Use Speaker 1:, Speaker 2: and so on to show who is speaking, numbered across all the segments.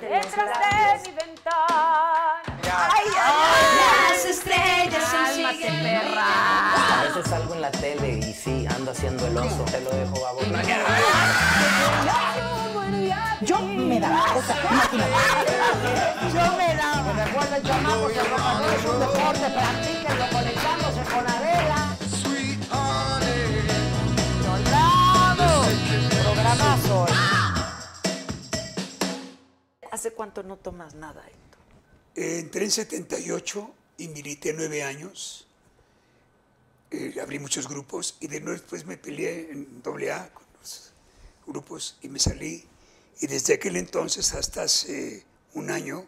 Speaker 1: Detrás de mi ventana. Ay,
Speaker 2: Las estrellas son
Speaker 3: A veces salgo en la tele y sí, ando haciendo el oso. Te lo dejo babona.
Speaker 1: Yo me daba cosas. Yo me daba. Recuerda el chamaco que el rock and roll es un deporte, practíquenlo conectándose con arena. ¡Bravo! Programazo.
Speaker 2: ¿Hace cuánto no tomas nada, Héctor?
Speaker 4: Entré en 78 y milité nueve años. Eh, abrí muchos grupos y de nuevo después me peleé en AA con los grupos y me salí. Y desde aquel entonces hasta hace un año,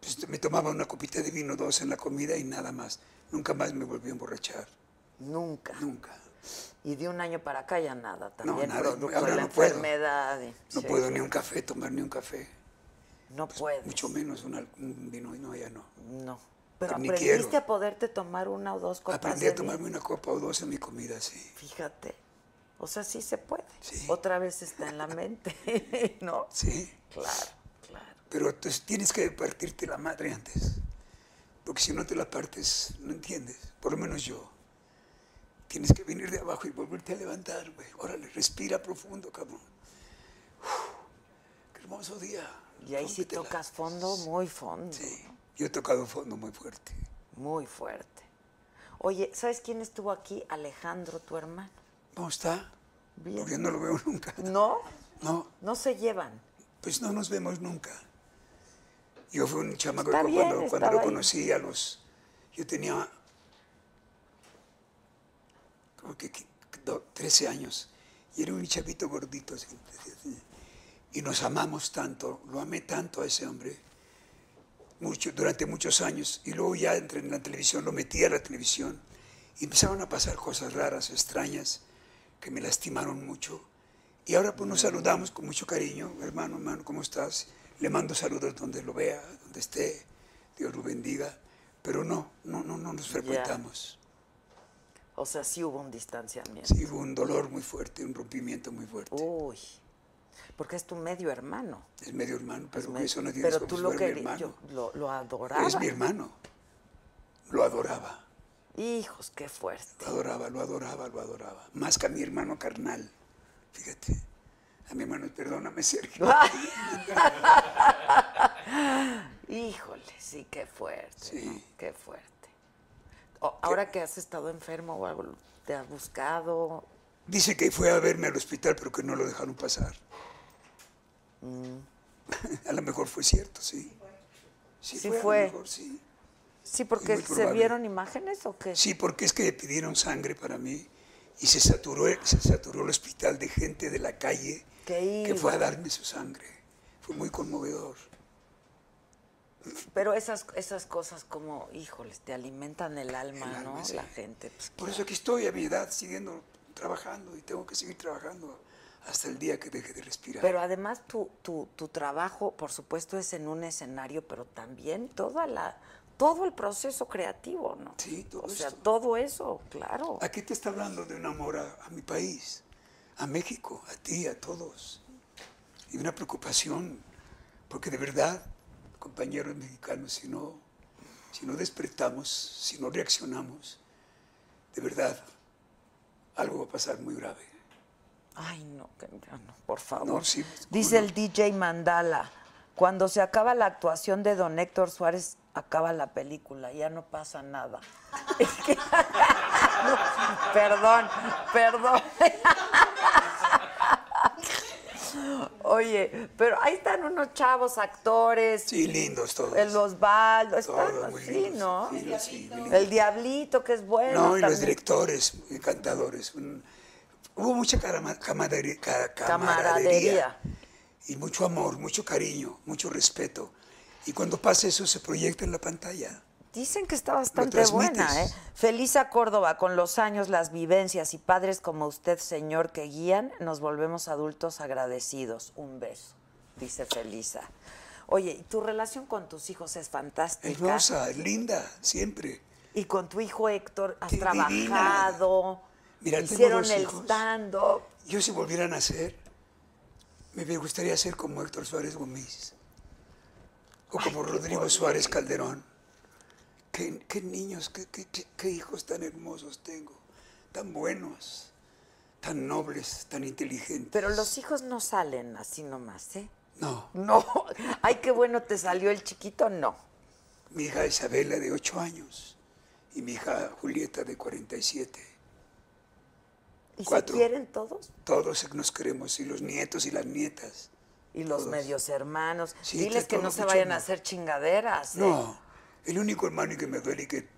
Speaker 4: pues, me tomaba una copita de vino, dos en la comida y nada más. Nunca más me volví a emborrachar.
Speaker 2: Nunca.
Speaker 4: Nunca.
Speaker 2: Y de un año para acá ya nada. También
Speaker 4: nada,
Speaker 2: producto
Speaker 4: ahora
Speaker 2: de la
Speaker 4: no puedo.
Speaker 2: enfermedad. y-
Speaker 4: No
Speaker 2: sí,
Speaker 4: puedo
Speaker 2: sí.
Speaker 4: ni un café, tomar ni un café.
Speaker 2: No puedes.
Speaker 4: Mucho menos un, al- un vino, y no, ya no.
Speaker 2: No. Pero
Speaker 4: Ni
Speaker 2: aprendiste
Speaker 4: quiero.
Speaker 2: a poderte tomar una o dos copas
Speaker 4: Aprendí
Speaker 2: de
Speaker 4: a tomarme
Speaker 2: vino.
Speaker 4: una copa o dos en mi comida, sí.
Speaker 2: Fíjate. O sea, sí se puede.
Speaker 4: Sí.
Speaker 2: Otra vez está en la mente, ¿no?
Speaker 4: Sí.
Speaker 2: Claro, claro.
Speaker 4: Pero entonces tienes que partirte la madre antes. Porque si no te la partes, no entiendes. Por lo menos yo. Tienes que venir de abajo y volverte a levantar, güey. Órale, respira profundo, cabrón. Uf, qué hermoso día.
Speaker 2: Y ahí sí
Speaker 4: Rómpetela.
Speaker 2: tocas fondo, muy fondo.
Speaker 4: Sí, yo he tocado fondo muy fuerte.
Speaker 2: Muy fuerte. Oye, ¿sabes quién estuvo aquí? Alejandro, tu hermano.
Speaker 4: ¿Cómo está?
Speaker 2: Bien.
Speaker 4: Porque no lo veo nunca.
Speaker 2: ¿No?
Speaker 4: No,
Speaker 2: No se llevan.
Speaker 4: pues no nos vemos nunca. Yo fui un chamaco
Speaker 2: Está bien,
Speaker 4: cuando, cuando
Speaker 2: estaba
Speaker 4: lo
Speaker 2: ahí.
Speaker 4: conocí a los... Yo tenía como que que- do- 13 años y era un chavito gordito. así, Y nos amamos tanto, lo amé tanto a ese hombre mucho, durante muchos años. Y luego ya entré en la televisión, lo metí a la televisión. Y empezaron a pasar cosas raras, extrañas, que me lastimaron mucho. Y ahora pues nos saludamos con mucho cariño. Hermano, hermano, ¿cómo estás? Le mando saludos donde lo vea, donde esté. Dios lo bendiga. Pero no, no, no, no nos frecuentamos.
Speaker 2: O sea, sí hubo un distanciamiento.
Speaker 4: Sí, hubo un dolor muy fuerte, un rompimiento muy fuerte.
Speaker 2: Uy. Porque es tu medio hermano.
Speaker 4: Es medio hermano, pero
Speaker 2: pues Me-
Speaker 4: eso no tiene
Speaker 2: pero
Speaker 4: como
Speaker 2: tú
Speaker 4: si
Speaker 2: lo
Speaker 4: fuera mi
Speaker 2: querías,
Speaker 4: hermano.
Speaker 2: lo, lo adorabas.
Speaker 4: Es mi hermano. Lo adoraba,
Speaker 2: Hijos, qué fuerte.
Speaker 4: lo adoraba, lo adoraba, lo adoraba. Más que a mi hermano carnal. Fíjate. A mi hermano, perdóname, Sergio.
Speaker 2: Híjole, sí, qué fuerte.
Speaker 4: Sí.
Speaker 2: ¿no? Qué fuerte. O- ahora que has estado enfermo o algo, te has buscado.
Speaker 4: Dice que fue a verme al hospital, pero que no lo dejaron pasar.
Speaker 2: Mm.
Speaker 4: a lo mejor fue cierto, sí.
Speaker 2: Sí
Speaker 4: a lo
Speaker 2: fue.
Speaker 4: mejor, sí.
Speaker 2: Sí, porque
Speaker 4: muy
Speaker 2: se
Speaker 4: probable.
Speaker 2: vieron imágenes o qué?
Speaker 4: Sí, porque es que pidieron sangre para mí y se saturó, se saturó el hospital de gente de la calle
Speaker 2: Que
Speaker 4: que fue a
Speaker 2: iba.
Speaker 4: darme su sangre. Fue muy conmovedor.
Speaker 2: Pero esas, esas cosas como, híjoles, te alimentan el alma,
Speaker 4: El alma,
Speaker 2: ¿no?
Speaker 4: sí.
Speaker 2: La gente. pues,
Speaker 4: Por eso aquí estoy a mi edad siguiendo trabajando y tengo que seguir trabajando hasta el día que deje de respirar.
Speaker 2: Pero además tu, tu, tu trabajo, por supuesto, es en un escenario, pero también toda la, todo el proceso creativo, ¿no?
Speaker 4: Sí, todo
Speaker 2: O sea,
Speaker 4: esto.
Speaker 2: todo eso, claro.
Speaker 4: Aquí te está hablando de un amor a, a mi país, a México, a ti, a todos. Y una preocupación, porque de verdad, compañeros mexicanos, si no, si no despertamos, si no reaccionamos, de verdad, algo va a pasar muy grave.
Speaker 2: Ay, no, que ya no, por favor.
Speaker 4: No, sí,
Speaker 2: Dice el DJ Mandala, cuando se acaba la actuación de don Héctor Suárez, acaba la película, ya no pasa nada. Es que- No, perdón, perdón. Oye, pero ahí están unos chavos actores,
Speaker 4: Sí, lindos todos.
Speaker 2: el Osvaldo, están
Speaker 4: todos muy
Speaker 2: así,
Speaker 4: lindos.
Speaker 2: ¿no?
Speaker 4: Sí, los- sí, muy lindos.
Speaker 2: El Diablito, que es bueno.
Speaker 4: No, y los
Speaker 2: también.
Speaker 4: directores, y cantadores. un- Hubo mucha carama- camadere- ca- camaradería.
Speaker 2: Camaradería.
Speaker 4: Y mucho amor, mucho cariño, mucho respeto. Y cuando pasa eso, se proyecta en la pantalla.
Speaker 2: Dicen que está bastante
Speaker 4: transmites.
Speaker 2: buena, ¿eh? Felisa Córdoba, con los años, las vivencias y padres como usted, señor, que guían, nos volvemos adultos agradecidos. Un beso, dice Felisa. Oye, ¿y tu relación con tus hijos es fantástica?
Speaker 4: Hermosa, linda, siempre.
Speaker 2: Y con tu hijo Héctor has
Speaker 4: Qué divina.
Speaker 2: trabajado,
Speaker 4: Mira, tengo
Speaker 2: hicieron
Speaker 4: dos
Speaker 2: el
Speaker 4: hijos.
Speaker 2: stand-up.
Speaker 4: Yo si volviera a nacer, me gustaría ser como Héctor Suárez Gómez. O como Rodrigo Suárez Calderón. Qué, qué niños, qué, qué- qué- qué hijos tan hermosos tengo. Tan buenos, tan nobles, tan inteligentes.
Speaker 2: Pero los hijos no salen así nomás, ¿eh?
Speaker 4: No,
Speaker 2: No. Ay, qué bueno te salió el chiquito, no.
Speaker 4: mi hija Isabela de 8 años y mi hija Julieta de 47.
Speaker 2: ¿Y
Speaker 4: Cuatro.
Speaker 2: se quieren todos?
Speaker 4: Todos nos queremos, y los nietos y las nietas.
Speaker 2: Y los
Speaker 4: Todos.
Speaker 2: medios hermanos.
Speaker 4: Pues, Sí,
Speaker 2: Diles que
Speaker 4: te
Speaker 2: no
Speaker 4: tomo
Speaker 2: se
Speaker 4: mucho
Speaker 2: vayan a
Speaker 4: amor.
Speaker 2: hacer chingaderas. ¿eh?
Speaker 4: No, el único hermano que me duele y que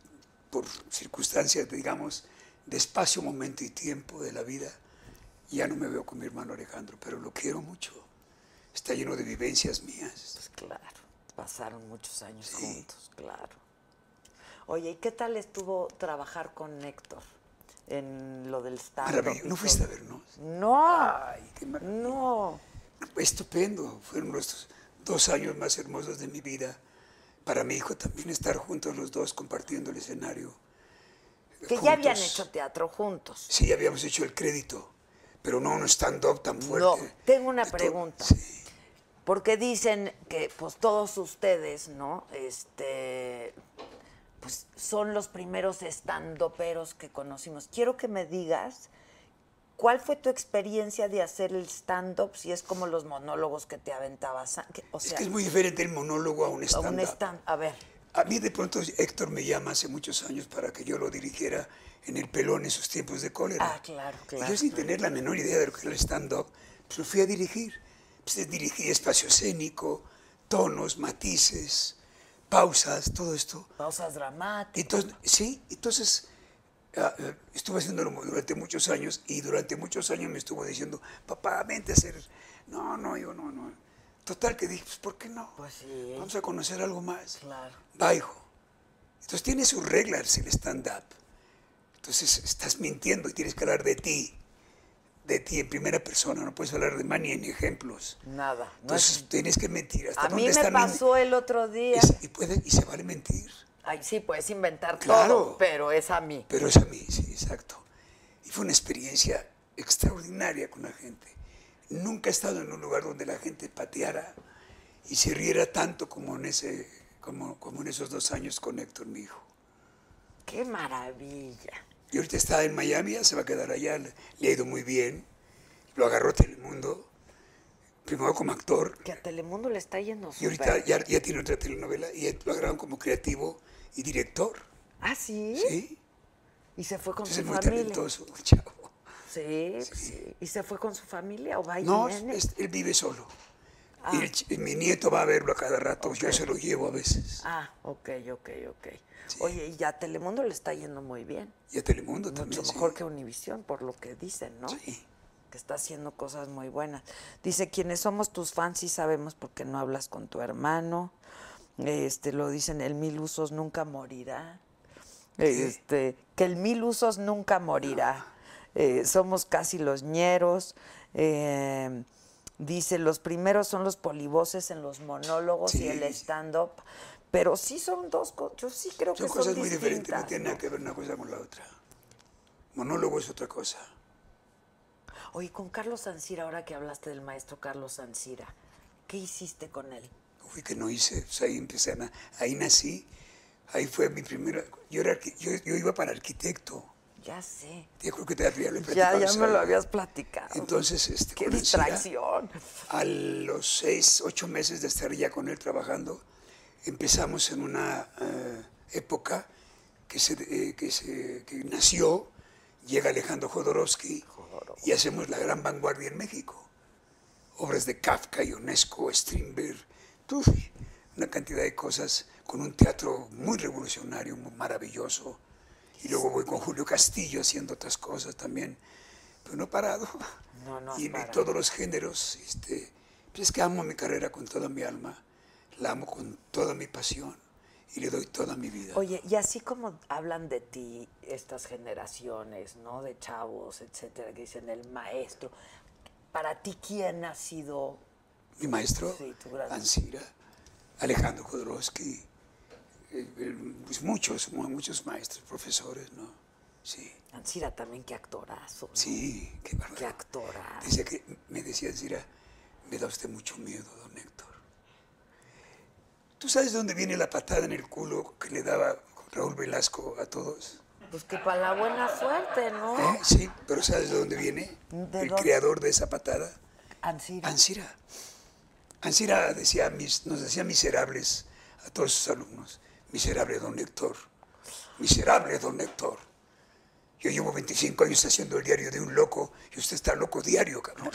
Speaker 4: por circunstancias, digamos, de espacio, momento y tiempo de la vida, ya no me veo con mi hermano Alejandro, pero lo quiero mucho. Está lleno de vivencias mías.
Speaker 2: Pues claro, pasaron muchos años juntos, claro. Oye, ¿y qué tal estuvo trabajar con Héctor en lo del stand
Speaker 4: Maravilloso. ¿No fuiste a vernos?
Speaker 2: No,
Speaker 4: qué mar-
Speaker 2: no.
Speaker 4: Estupendo. Fueron los dos años más hermosos de mi vida. Para mi hijo también estar juntos los dos compartiendo el escenario.
Speaker 2: Que ya habían
Speaker 4: Juntos.
Speaker 2: hecho teatro juntos.
Speaker 4: Sí, habíamos hecho el crédito, pero no un stand-up tan
Speaker 2: No,
Speaker 4: fuerte.
Speaker 2: tengo una
Speaker 4: De to-
Speaker 2: pregunta.
Speaker 4: Sí.
Speaker 2: Porque dicen que pues todos ustedes, ¿no? Este pues son los primeros estandoperos que conocimos. Quiero que me digas cuál fue tu experiencia de hacer el stand up si es como los monólogos que te aventabas, a- que- o
Speaker 4: Es
Speaker 2: sea,
Speaker 4: que es muy diferente el monólogo a un
Speaker 2: a un
Speaker 4: stand-up.
Speaker 2: stand, a ver,
Speaker 4: A mí de pronto Héctor me llama hace muchos años para que yo lo dirigiera en el pelón en sus tiempos de cólera.
Speaker 2: Ah, claro,
Speaker 4: Y
Speaker 2: claro,
Speaker 4: yo sin
Speaker 2: claro.
Speaker 4: tener la menor idea de lo que era el stand-up, pues lo fui a dirigir. Pues dirigí espacio escénico, tonos, matices, pausas, todo esto.
Speaker 2: pausas dramáticas.
Speaker 4: Entonces, sí, entonces ah, eh, estuve haciéndolo mu- durante muchos años y durante muchos años me estuvo diciendo, papá, vente a hacer. No, no, yo no, no. Total, que dije, pues, ¿por qué no?
Speaker 2: Pues sí.
Speaker 4: Vamos a conocer algo más.
Speaker 2: Claro.
Speaker 4: Va, hijo. Entonces tiene sus reglas el stand-up. Entonces estás mintiendo y tienes que hablar de ti, de ti en primera persona. No puedes hablar de más ni en ejemplos.
Speaker 2: Nada, no es-
Speaker 4: Entonces tienes que mentir. ¿Hasta
Speaker 2: a mí
Speaker 4: dónde
Speaker 2: me
Speaker 4: están min-
Speaker 2: pasó el otro día.
Speaker 4: Y, y puede- y se vale mentir.
Speaker 2: Ay, sí, puedes inventar
Speaker 4: Claro.
Speaker 2: todo, pero es a mí.
Speaker 4: Pero es a mí, sí, exacto. Y fue una experiencia extraordinaria con la gente. Nunca he estado en un lugar donde la gente pateara y se riera tanto como en, ese, como, como en esos dos años con Héctor, mi hijo.
Speaker 2: Qué maravilla.
Speaker 4: Y ahorita está en Miami, ya se va a quedar allá, le, le ha ido muy bien. Lo agarró Telemundo, primero como actor,
Speaker 2: Que a Telemundo le está yendo
Speaker 4: y
Speaker 2: súper.
Speaker 4: ahorita ya, ya tiene otra telenovela, y lo agarraron como creativo y director.
Speaker 2: ¿Ah, sí?
Speaker 4: ¿Sí?
Speaker 2: ¿Y se fue con
Speaker 4: Entonces es
Speaker 2: su
Speaker 4: muy
Speaker 2: familia?
Speaker 4: talentoso, chavo.
Speaker 2: Sí, pues sí. ¿Y se fue con su familia o va y
Speaker 4: No,
Speaker 2: viene? Ah.
Speaker 4: es- él vive solo. Y el ch- y mi nieto va a verlo a cada rato, yo se lo llevo a veces.
Speaker 2: Ah, ok, ok, ok. Oye, y a Telemundo le está yendo muy bien.
Speaker 4: Y a Telemundo también.
Speaker 2: Mucho
Speaker 4: sí.
Speaker 2: mejor que Univisión, por lo que dicen, ¿no?
Speaker 4: Sí.
Speaker 2: Que está haciendo cosas muy buenas. Dice, quienes somos tus fans sí sabemos por qué no hablas con tu hermano. Este, lo dicen, el mil usos nunca morirá. Este, que el mil usos nunca morirá.
Speaker 4: Ah.
Speaker 2: Eh, somos casi los ñeros. Eh, dice, los primeros son los polivoces en los monólogos y
Speaker 4: Sí.
Speaker 2: el stand-up. Pero sí son dos cosas. Yo sí creo
Speaker 4: Son
Speaker 2: que
Speaker 4: cosas
Speaker 2: son
Speaker 4: muy diferentes, no
Speaker 2: distintas,
Speaker 4: tienen nada que ver una cosa con la otra. Monólogo es otra cosa.
Speaker 2: Oye, con Carlos Sansira, ahora que hablaste del maestro Carlos Sansira, ¿qué hiciste con él?
Speaker 4: Uy, que no hice, pues ahí empecé, a na- ahí nací, ahí fue mi primera... Yo, era, arqui- yo, yo iba para arquitecto,
Speaker 2: Ya sé.
Speaker 4: Yo creo que te había lo
Speaker 2: Ya,
Speaker 4: platicado
Speaker 2: ya
Speaker 4: esa
Speaker 2: me lo
Speaker 4: vez.
Speaker 2: habías platicado.
Speaker 4: Entonces, este,
Speaker 2: Qué
Speaker 4: con ansiedad,
Speaker 2: distracción.
Speaker 4: A los seis, ocho meses de estar ya con él trabajando, empezamos en una eh, época que, se, eh, que, se- que nació, llega Alejandro Jodorowsky y hacemos la gran vanguardia en México. Obras de Kafka, Ionesco, Strindberg, uf, una cantidad de cosas con un teatro muy revolucionario, muy maravilloso. Y luego voy con Julio Castillo haciendo otras cosas también, pero no he parado.
Speaker 2: No, no has
Speaker 4: y en
Speaker 2: parado.
Speaker 4: todos los géneros. Este, pues es que amo mi carrera con toda mi alma, la amo con toda mi pasión y le doy toda mi vida.
Speaker 2: Oye, y así como hablan de ti estas generaciones, ¿no? De chavos, etcétera, que dicen el maestro. Para ti, ¿quién ha sido?
Speaker 4: mi maestro,
Speaker 2: Sí, tu gran-
Speaker 4: Ansira, Alejandro Jodorowsky, eh, eh, pues muchos, mu- muchos maestros, profesores, ¿no? Sí,
Speaker 2: Ansira también, qué actorazo. ¿no?
Speaker 4: sí, qué bárbaro.
Speaker 2: Qué actorazo.
Speaker 4: Dice que me decía Ansira, me da usted mucho miedo, don Héctor. ¿Tú sabes de dónde viene la patada en el culo que le daba Raúl Velasco a todos?
Speaker 2: Pues que para la buena suerte, ¿no?
Speaker 4: ¿Eh? Sí, pero ¿sabes de dónde viene?
Speaker 2: ¿De
Speaker 4: el
Speaker 2: dónde?
Speaker 4: creador de esa patada.
Speaker 2: Ansira.
Speaker 4: Ansira. Ansira decía, mis- nos decía miserables a todos sus alumnos. Miserable don Héctor. Miserable don Héctor. Yo llevo 25 años haciendo el diario de un loco y usted está loco diario, cabrón.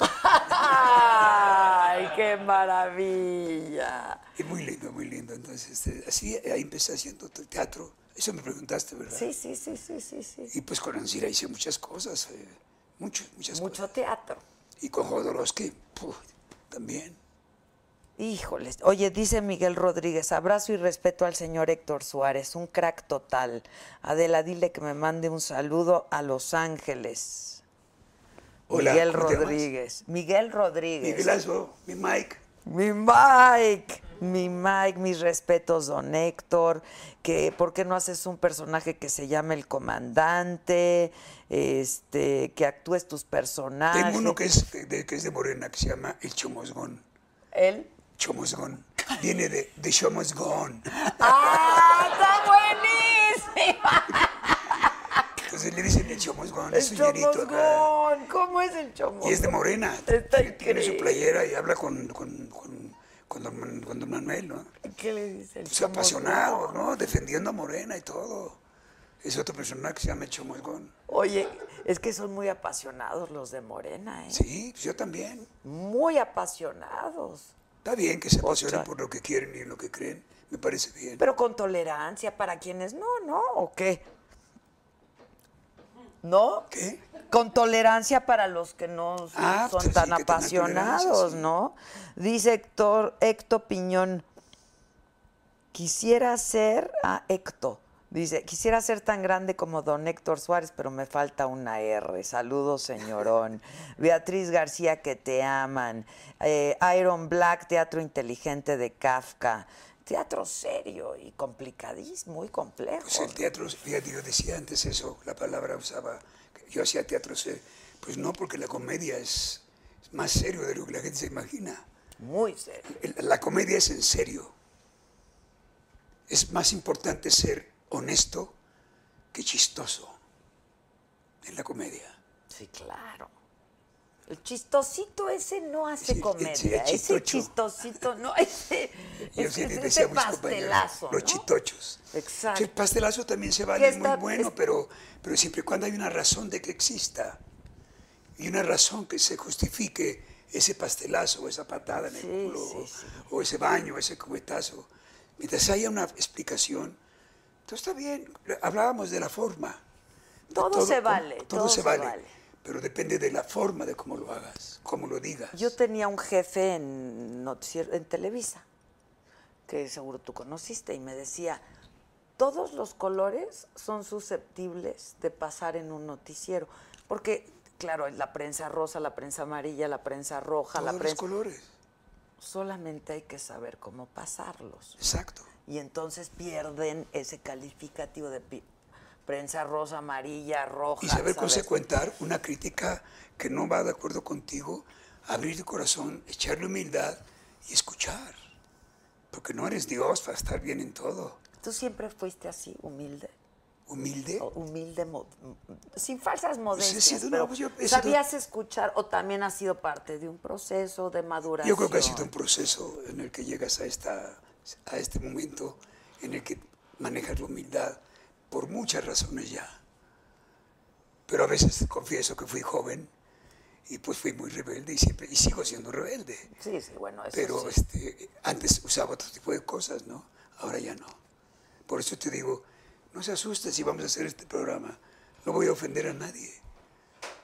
Speaker 2: ¡Ay, qué maravilla!
Speaker 4: Y muy lindo, muy lindo. Entonces, este, así ahí empecé haciendo te- teatro. Eso me preguntaste, ¿verdad?
Speaker 2: Sí, sí, sí, sí, sí, sí.
Speaker 4: Y pues con Ansira hice muchas cosas. eh, muchas, muchas
Speaker 2: Mucho
Speaker 4: cosas.
Speaker 2: teatro.
Speaker 4: Y con Jodorowsky, puf, también.
Speaker 2: Híjoles. Oye, dice Miguel Rodríguez, abrazo y respeto al señor Héctor Suárez, un crack total. Adela, dile que me mande un saludo a Los Ángeles.
Speaker 4: Hola,
Speaker 2: Miguel
Speaker 4: ¿cómo te llamas?
Speaker 2: Rodríguez. Miguel Rodríguez.
Speaker 4: Miguelazo, mi Mike.
Speaker 2: Mi Mike, mi Mike, mis respetos, don Héctor, que por qué no haces un personaje que se llame el comandante, este, que actúes tus personajes.
Speaker 4: Tengo uno que es de, de- que es de Morena, que se llama El Chomosgón.
Speaker 2: él.
Speaker 4: Chomosgón. Viene de, de Chomosgón.
Speaker 2: ¡Ah, está buenísimo!
Speaker 4: Entonces le dicen El Chomosgón. Es
Speaker 2: El
Speaker 4: un llanito acá.
Speaker 2: chomosgón, ¿cómo es el chomosgón?
Speaker 4: Y es de Morena.
Speaker 2: Está
Speaker 4: Tiene- Tiene su
Speaker 2: increíble.
Speaker 4: playera y habla con, con, con, con don, Man- con don Manuel, ¿no?
Speaker 2: ¿Qué le dice el
Speaker 4: Pues apasionado, ¿no? Defendiendo a Morena y todo. Es otro personaje que se llama El Chomosgón.
Speaker 2: Oye, es que son muy apasionados los de Morena, ¿eh?
Speaker 4: Sí, pues yo también.
Speaker 2: Muy apasionados.
Speaker 4: Está bien que se apasionen
Speaker 2: Otra.
Speaker 4: por lo que quieren y en lo que creen. Me parece bien.
Speaker 2: Pero con tolerancia para quienes no, ¿no? ¿O qué? ¿No?
Speaker 4: ¿Qué?
Speaker 2: Con tolerancia para los que no
Speaker 4: Ah,
Speaker 2: son
Speaker 4: pues sí,
Speaker 2: tan
Speaker 4: que tengan
Speaker 2: apasionados,
Speaker 4: tolerancia, sí.
Speaker 2: ¿no? Dice Héctor, Héctor Piñón, quisiera ser, ah, Héctor, dice, quisiera ser tan grande como don Héctor Suárez, pero me falta una R. Saludos, señorón. Beatriz García, que te aman. Eh, Iron Black, Teatro Inteligente de Kafka. Teatro serio y complicadísimo, muy complejo.
Speaker 4: Pues el teatro, fíjate, yo decía antes eso, la palabra usaba, yo hacía teatro, se- pues no, porque la comedia es más serio de lo que la gente se imagina.
Speaker 2: Muy serio.
Speaker 4: El- La comedia es en serio. Es más importante ser honesto que chistoso en la comedia.
Speaker 2: Sí, claro. El chistosito ese no hace
Speaker 4: Sí,
Speaker 2: comedia.
Speaker 4: sí, el
Speaker 2: ese
Speaker 4: chistocho.
Speaker 2: chistosito no, ese,
Speaker 4: Yo
Speaker 2: ese,
Speaker 4: sí le
Speaker 2: ese
Speaker 4: decía a mis compañeros,
Speaker 2: pastelazo. ¿no?
Speaker 4: los chitochos.
Speaker 2: Exacto.
Speaker 4: Sí, El pastelazo también se
Speaker 2: Que
Speaker 4: vale, es muy
Speaker 2: está-
Speaker 4: bueno,
Speaker 2: es-
Speaker 4: pero, pero siempre y cuando hay una razón de que exista y una razón que se justifique ese pastelazo o esa patada en el
Speaker 2: Sí,
Speaker 4: culo
Speaker 2: sí, sí.
Speaker 4: o ese baño, ese cubetazo. Mientras haya una explicación, todo está bien. Hablábamos de la forma. De
Speaker 2: Todo se vale,
Speaker 4: Todo,
Speaker 2: todo
Speaker 4: se,
Speaker 2: se
Speaker 4: vale,
Speaker 2: vale.
Speaker 4: Pero depende de la forma de cómo lo hagas, cómo lo digas.
Speaker 2: Yo tenía un jefe en noticiero, en Televisa, que seguro tú conociste, y me decía, todos los colores son susceptibles de pasar en un noticiero. Porque, claro, la prensa rosa, la prensa amarilla, la prensa roja,
Speaker 4: Todos
Speaker 2: la
Speaker 4: los
Speaker 2: prensa...
Speaker 4: colores.
Speaker 2: Solamente hay que saber cómo pasarlos.
Speaker 4: Exacto.
Speaker 2: y entonces pierden ese calificativo de pi- prensa rosa, amarilla, roja.
Speaker 4: y saber
Speaker 2: ¿sabes?
Speaker 4: consecuentar una crítica que no va de acuerdo contigo, abrir el corazón, echarle humildad y escuchar. Porque no eres Dios para estar bien en todo.
Speaker 2: ¿Tú siempre fuiste así, humilde?
Speaker 4: humilde.
Speaker 2: humilde, mo- sin falsas modestias,
Speaker 4: sido una-
Speaker 2: pero
Speaker 4: pues yo he sido-
Speaker 2: ¿sabías escuchar o también has sido parte de un proceso de maduración?
Speaker 4: Yo creo que ha sido un proceso en el que llegas a, esta, a este momento en el que manejas la humildad por muchas razones ya. Pero a veces confieso que fui joven y pues fui muy rebelde y, siempre, y sigo siendo rebelde.
Speaker 2: Sí, sí, bueno, eso
Speaker 4: Pero
Speaker 2: sí.
Speaker 4: este, antes usaba otro tipo de cosas, ¿no? Ahora ya no. Por eso te digo, no se asustes si vamos a hacer este programa. No voy a ofender a nadie.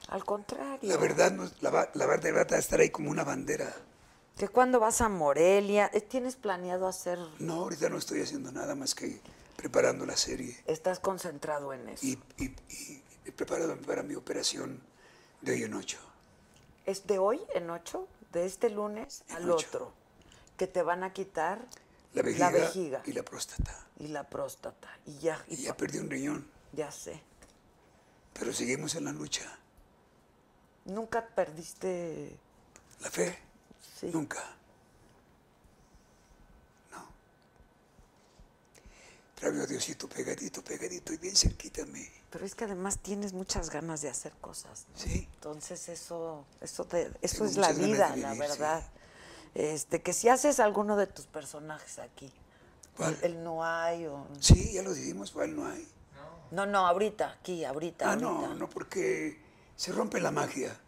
Speaker 2: Al contrario.
Speaker 4: La verdad, no- la, va- la verdad va a estar ahí como una bandera.
Speaker 2: Que cuando vas a Morelia, eh, ¿tienes planeado hacer?
Speaker 4: No, ahorita no estoy haciendo nada más que preparando la serie
Speaker 2: ¿Estás concentrado en eso?
Speaker 4: y, y- y- y preparándome para mi operación de hoy en ocho.
Speaker 2: ¿Es de hoy, en ocho? ¿De este lunes
Speaker 4: En
Speaker 2: al
Speaker 4: ocho.
Speaker 2: otro? Que te van a quitar
Speaker 4: La vejiga,
Speaker 2: vejiga
Speaker 4: y la próstata.
Speaker 2: y la próstata. Y ya, y
Speaker 4: Y ya
Speaker 2: pa-
Speaker 4: perdí un riñón,
Speaker 2: ya sé.
Speaker 4: pero seguimos en la lucha.
Speaker 2: ¿Nunca perdiste...?
Speaker 4: La fe,
Speaker 2: Sí.
Speaker 4: nunca. No. Traigo a Diosito pegadito, pegadito y bien cerquita a mí.
Speaker 2: Pero es que además tienes muchas ganas de hacer cosas. ¿no?
Speaker 4: Sí.
Speaker 2: Entonces eso, eso, te- eso
Speaker 4: Tengo
Speaker 2: es la
Speaker 4: muchas ganas de
Speaker 2: vida, la
Speaker 4: vivir,
Speaker 2: verdad. Este, que si haces alguno de tus personajes aquí,
Speaker 4: ¿Cuál?
Speaker 2: el no hay o
Speaker 4: Sí, ya lo dijimos, ¿cuál no hay?
Speaker 2: no, no, ahorita, aquí, ahorita,
Speaker 4: Ah, no,
Speaker 2: ahorita.
Speaker 4: no, porque se rompe la magia.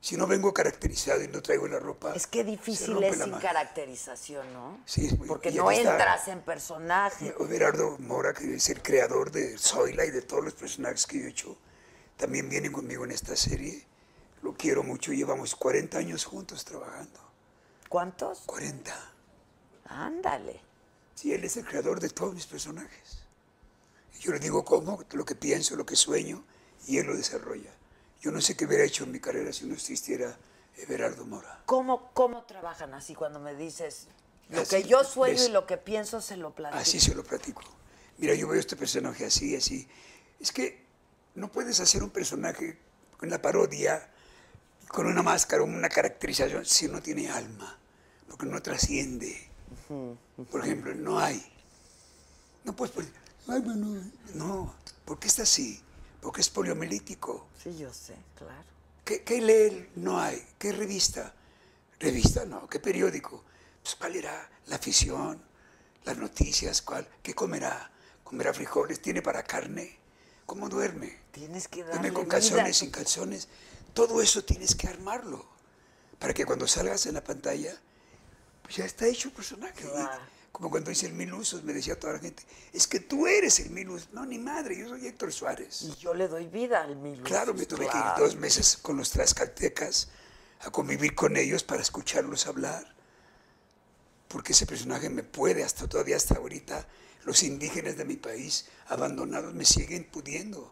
Speaker 4: Si no vengo caracterizado y no traigo la ropa.
Speaker 2: Es que
Speaker 4: se
Speaker 2: difícil
Speaker 4: rompe
Speaker 2: es
Speaker 4: la
Speaker 2: sin
Speaker 4: magia.
Speaker 2: caracterización, ¿no?
Speaker 4: Sí, es muy-
Speaker 2: Porque
Speaker 4: y
Speaker 2: no
Speaker 4: aquí está-
Speaker 2: entras en personaje.
Speaker 4: Berardo Mora, que es el creador de Zoila y de todos los personajes que yo he hecho, también viene conmigo en esta serie. Lo quiero mucho, llevamos 40 años juntos trabajando.
Speaker 2: ¿Cuántos?
Speaker 4: 40.
Speaker 2: Ándale.
Speaker 4: Sí, él es el creador de todos mis personajes. Y Yo le digo cómo, lo que pienso, lo que sueño, y él lo desarrolla. Yo no sé qué hubiera hecho en mi carrera si no existiera Everardo Mora.
Speaker 2: ¿Cómo, cómo trabajan así cuando me dices lo
Speaker 4: Así,
Speaker 2: que yo sueño
Speaker 4: les-
Speaker 2: y lo que pienso se lo platico?
Speaker 4: Así se lo platico. Mira, yo veo este personaje así, así. Es que no puedes hacer un personaje con la parodia, con una máscara, una caracterización, si no tiene alma, porque no trasciende. Por ejemplo, no hay. No puedes poner, "Ay, bueno". No, ¿por qué está así? Porque es poliomelítico.
Speaker 2: Sí, yo sé, claro.
Speaker 4: ¿Qué, qué lee él? No hay. ¿Qué revista? Revista no. ¿Qué periódico? Pues, ¿Cuál era la afición? ¿Las noticias? ¿Cuál? ¿Qué comerá? ¿Comerá frijoles? ¿Tiene para carne? ¿Cómo duerme?
Speaker 2: Tienes que darle
Speaker 4: ¿Duerme con
Speaker 2: vida a
Speaker 4: calzones,
Speaker 2: tu-
Speaker 4: sin calzones? Todo eso tienes que armarlo para que cuando salgas en la pantalla, pues ya está hecho el personaje.
Speaker 2: Claro.
Speaker 4: Como cuando hice el Mil Usos, me decía toda la gente, es que tú eres el Mil Usos. No, ni madre, yo soy Héctor Suárez.
Speaker 2: Y yo le doy vida al mil.
Speaker 4: Claro,
Speaker 2: usos,
Speaker 4: me tuve
Speaker 2: claro.
Speaker 4: que ir dos meses con los tlaxcaltecas a convivir con ellos para escucharlos hablar. Porque ese personaje me puede, hasta todavía hasta ahorita, los indígenas de mi país abandonados me siguen pudiendo.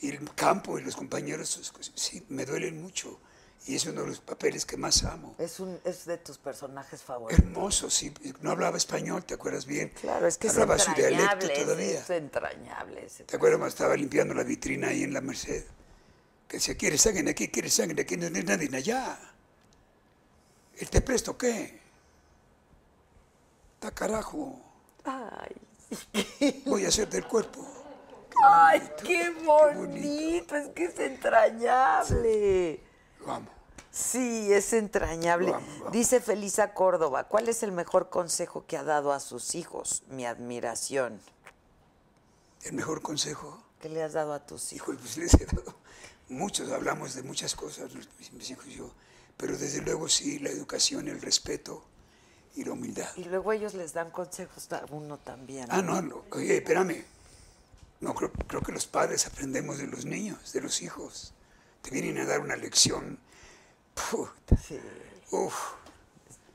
Speaker 4: Y el campo y los compañeros, sus cosas, sí, me duelen mucho. Y es uno de los papeles que más amo.
Speaker 2: Es, un, es de tus personajes favoritos.
Speaker 4: Hermoso, sí. No hablaba español, ¿te acuerdas bien?
Speaker 2: Claro, es que
Speaker 4: Hablaba
Speaker 2: es
Speaker 4: su
Speaker 2: entrañable.
Speaker 4: dialecto
Speaker 2: es-
Speaker 4: todavía.
Speaker 2: Es entrañable. ese-
Speaker 4: ¿Te acuerdas cuando estaba limpiando la vitrina ahí en la Merced? Que decía, ¿quieres sangre aquí? ¿Quieres sangre aquí? No hay nadie allá. ¿El te presto qué? ¡Ta carajo! Voy a hacer del cuerpo.
Speaker 2: ¡Ay, qué
Speaker 4: bonito.
Speaker 2: bonito! Es que es entrañable.
Speaker 4: Lo amo.
Speaker 2: Sí, es entrañable.
Speaker 4: Vamos, vamos.
Speaker 2: Dice Felisa Córdoba, ¿cuál es el mejor consejo que ha dado a sus hijos? Mi admiración.
Speaker 4: El mejor consejo,
Speaker 2: ¿Qué le has dado a tus hijos?
Speaker 4: hijo, pues les he dado muchos, hablamos de muchas cosas, mis, mis hijos y yo, pero desde luego sí, la educación, el respeto y la humildad.
Speaker 2: Y luego ellos les dan consejos a uno también.
Speaker 4: Ah, no, no, oye, espérame. No, creo, creo que los padres aprendemos de los niños, de los hijos. Te vienen a dar una lección. Puta.
Speaker 2: Sí.
Speaker 4: Uf,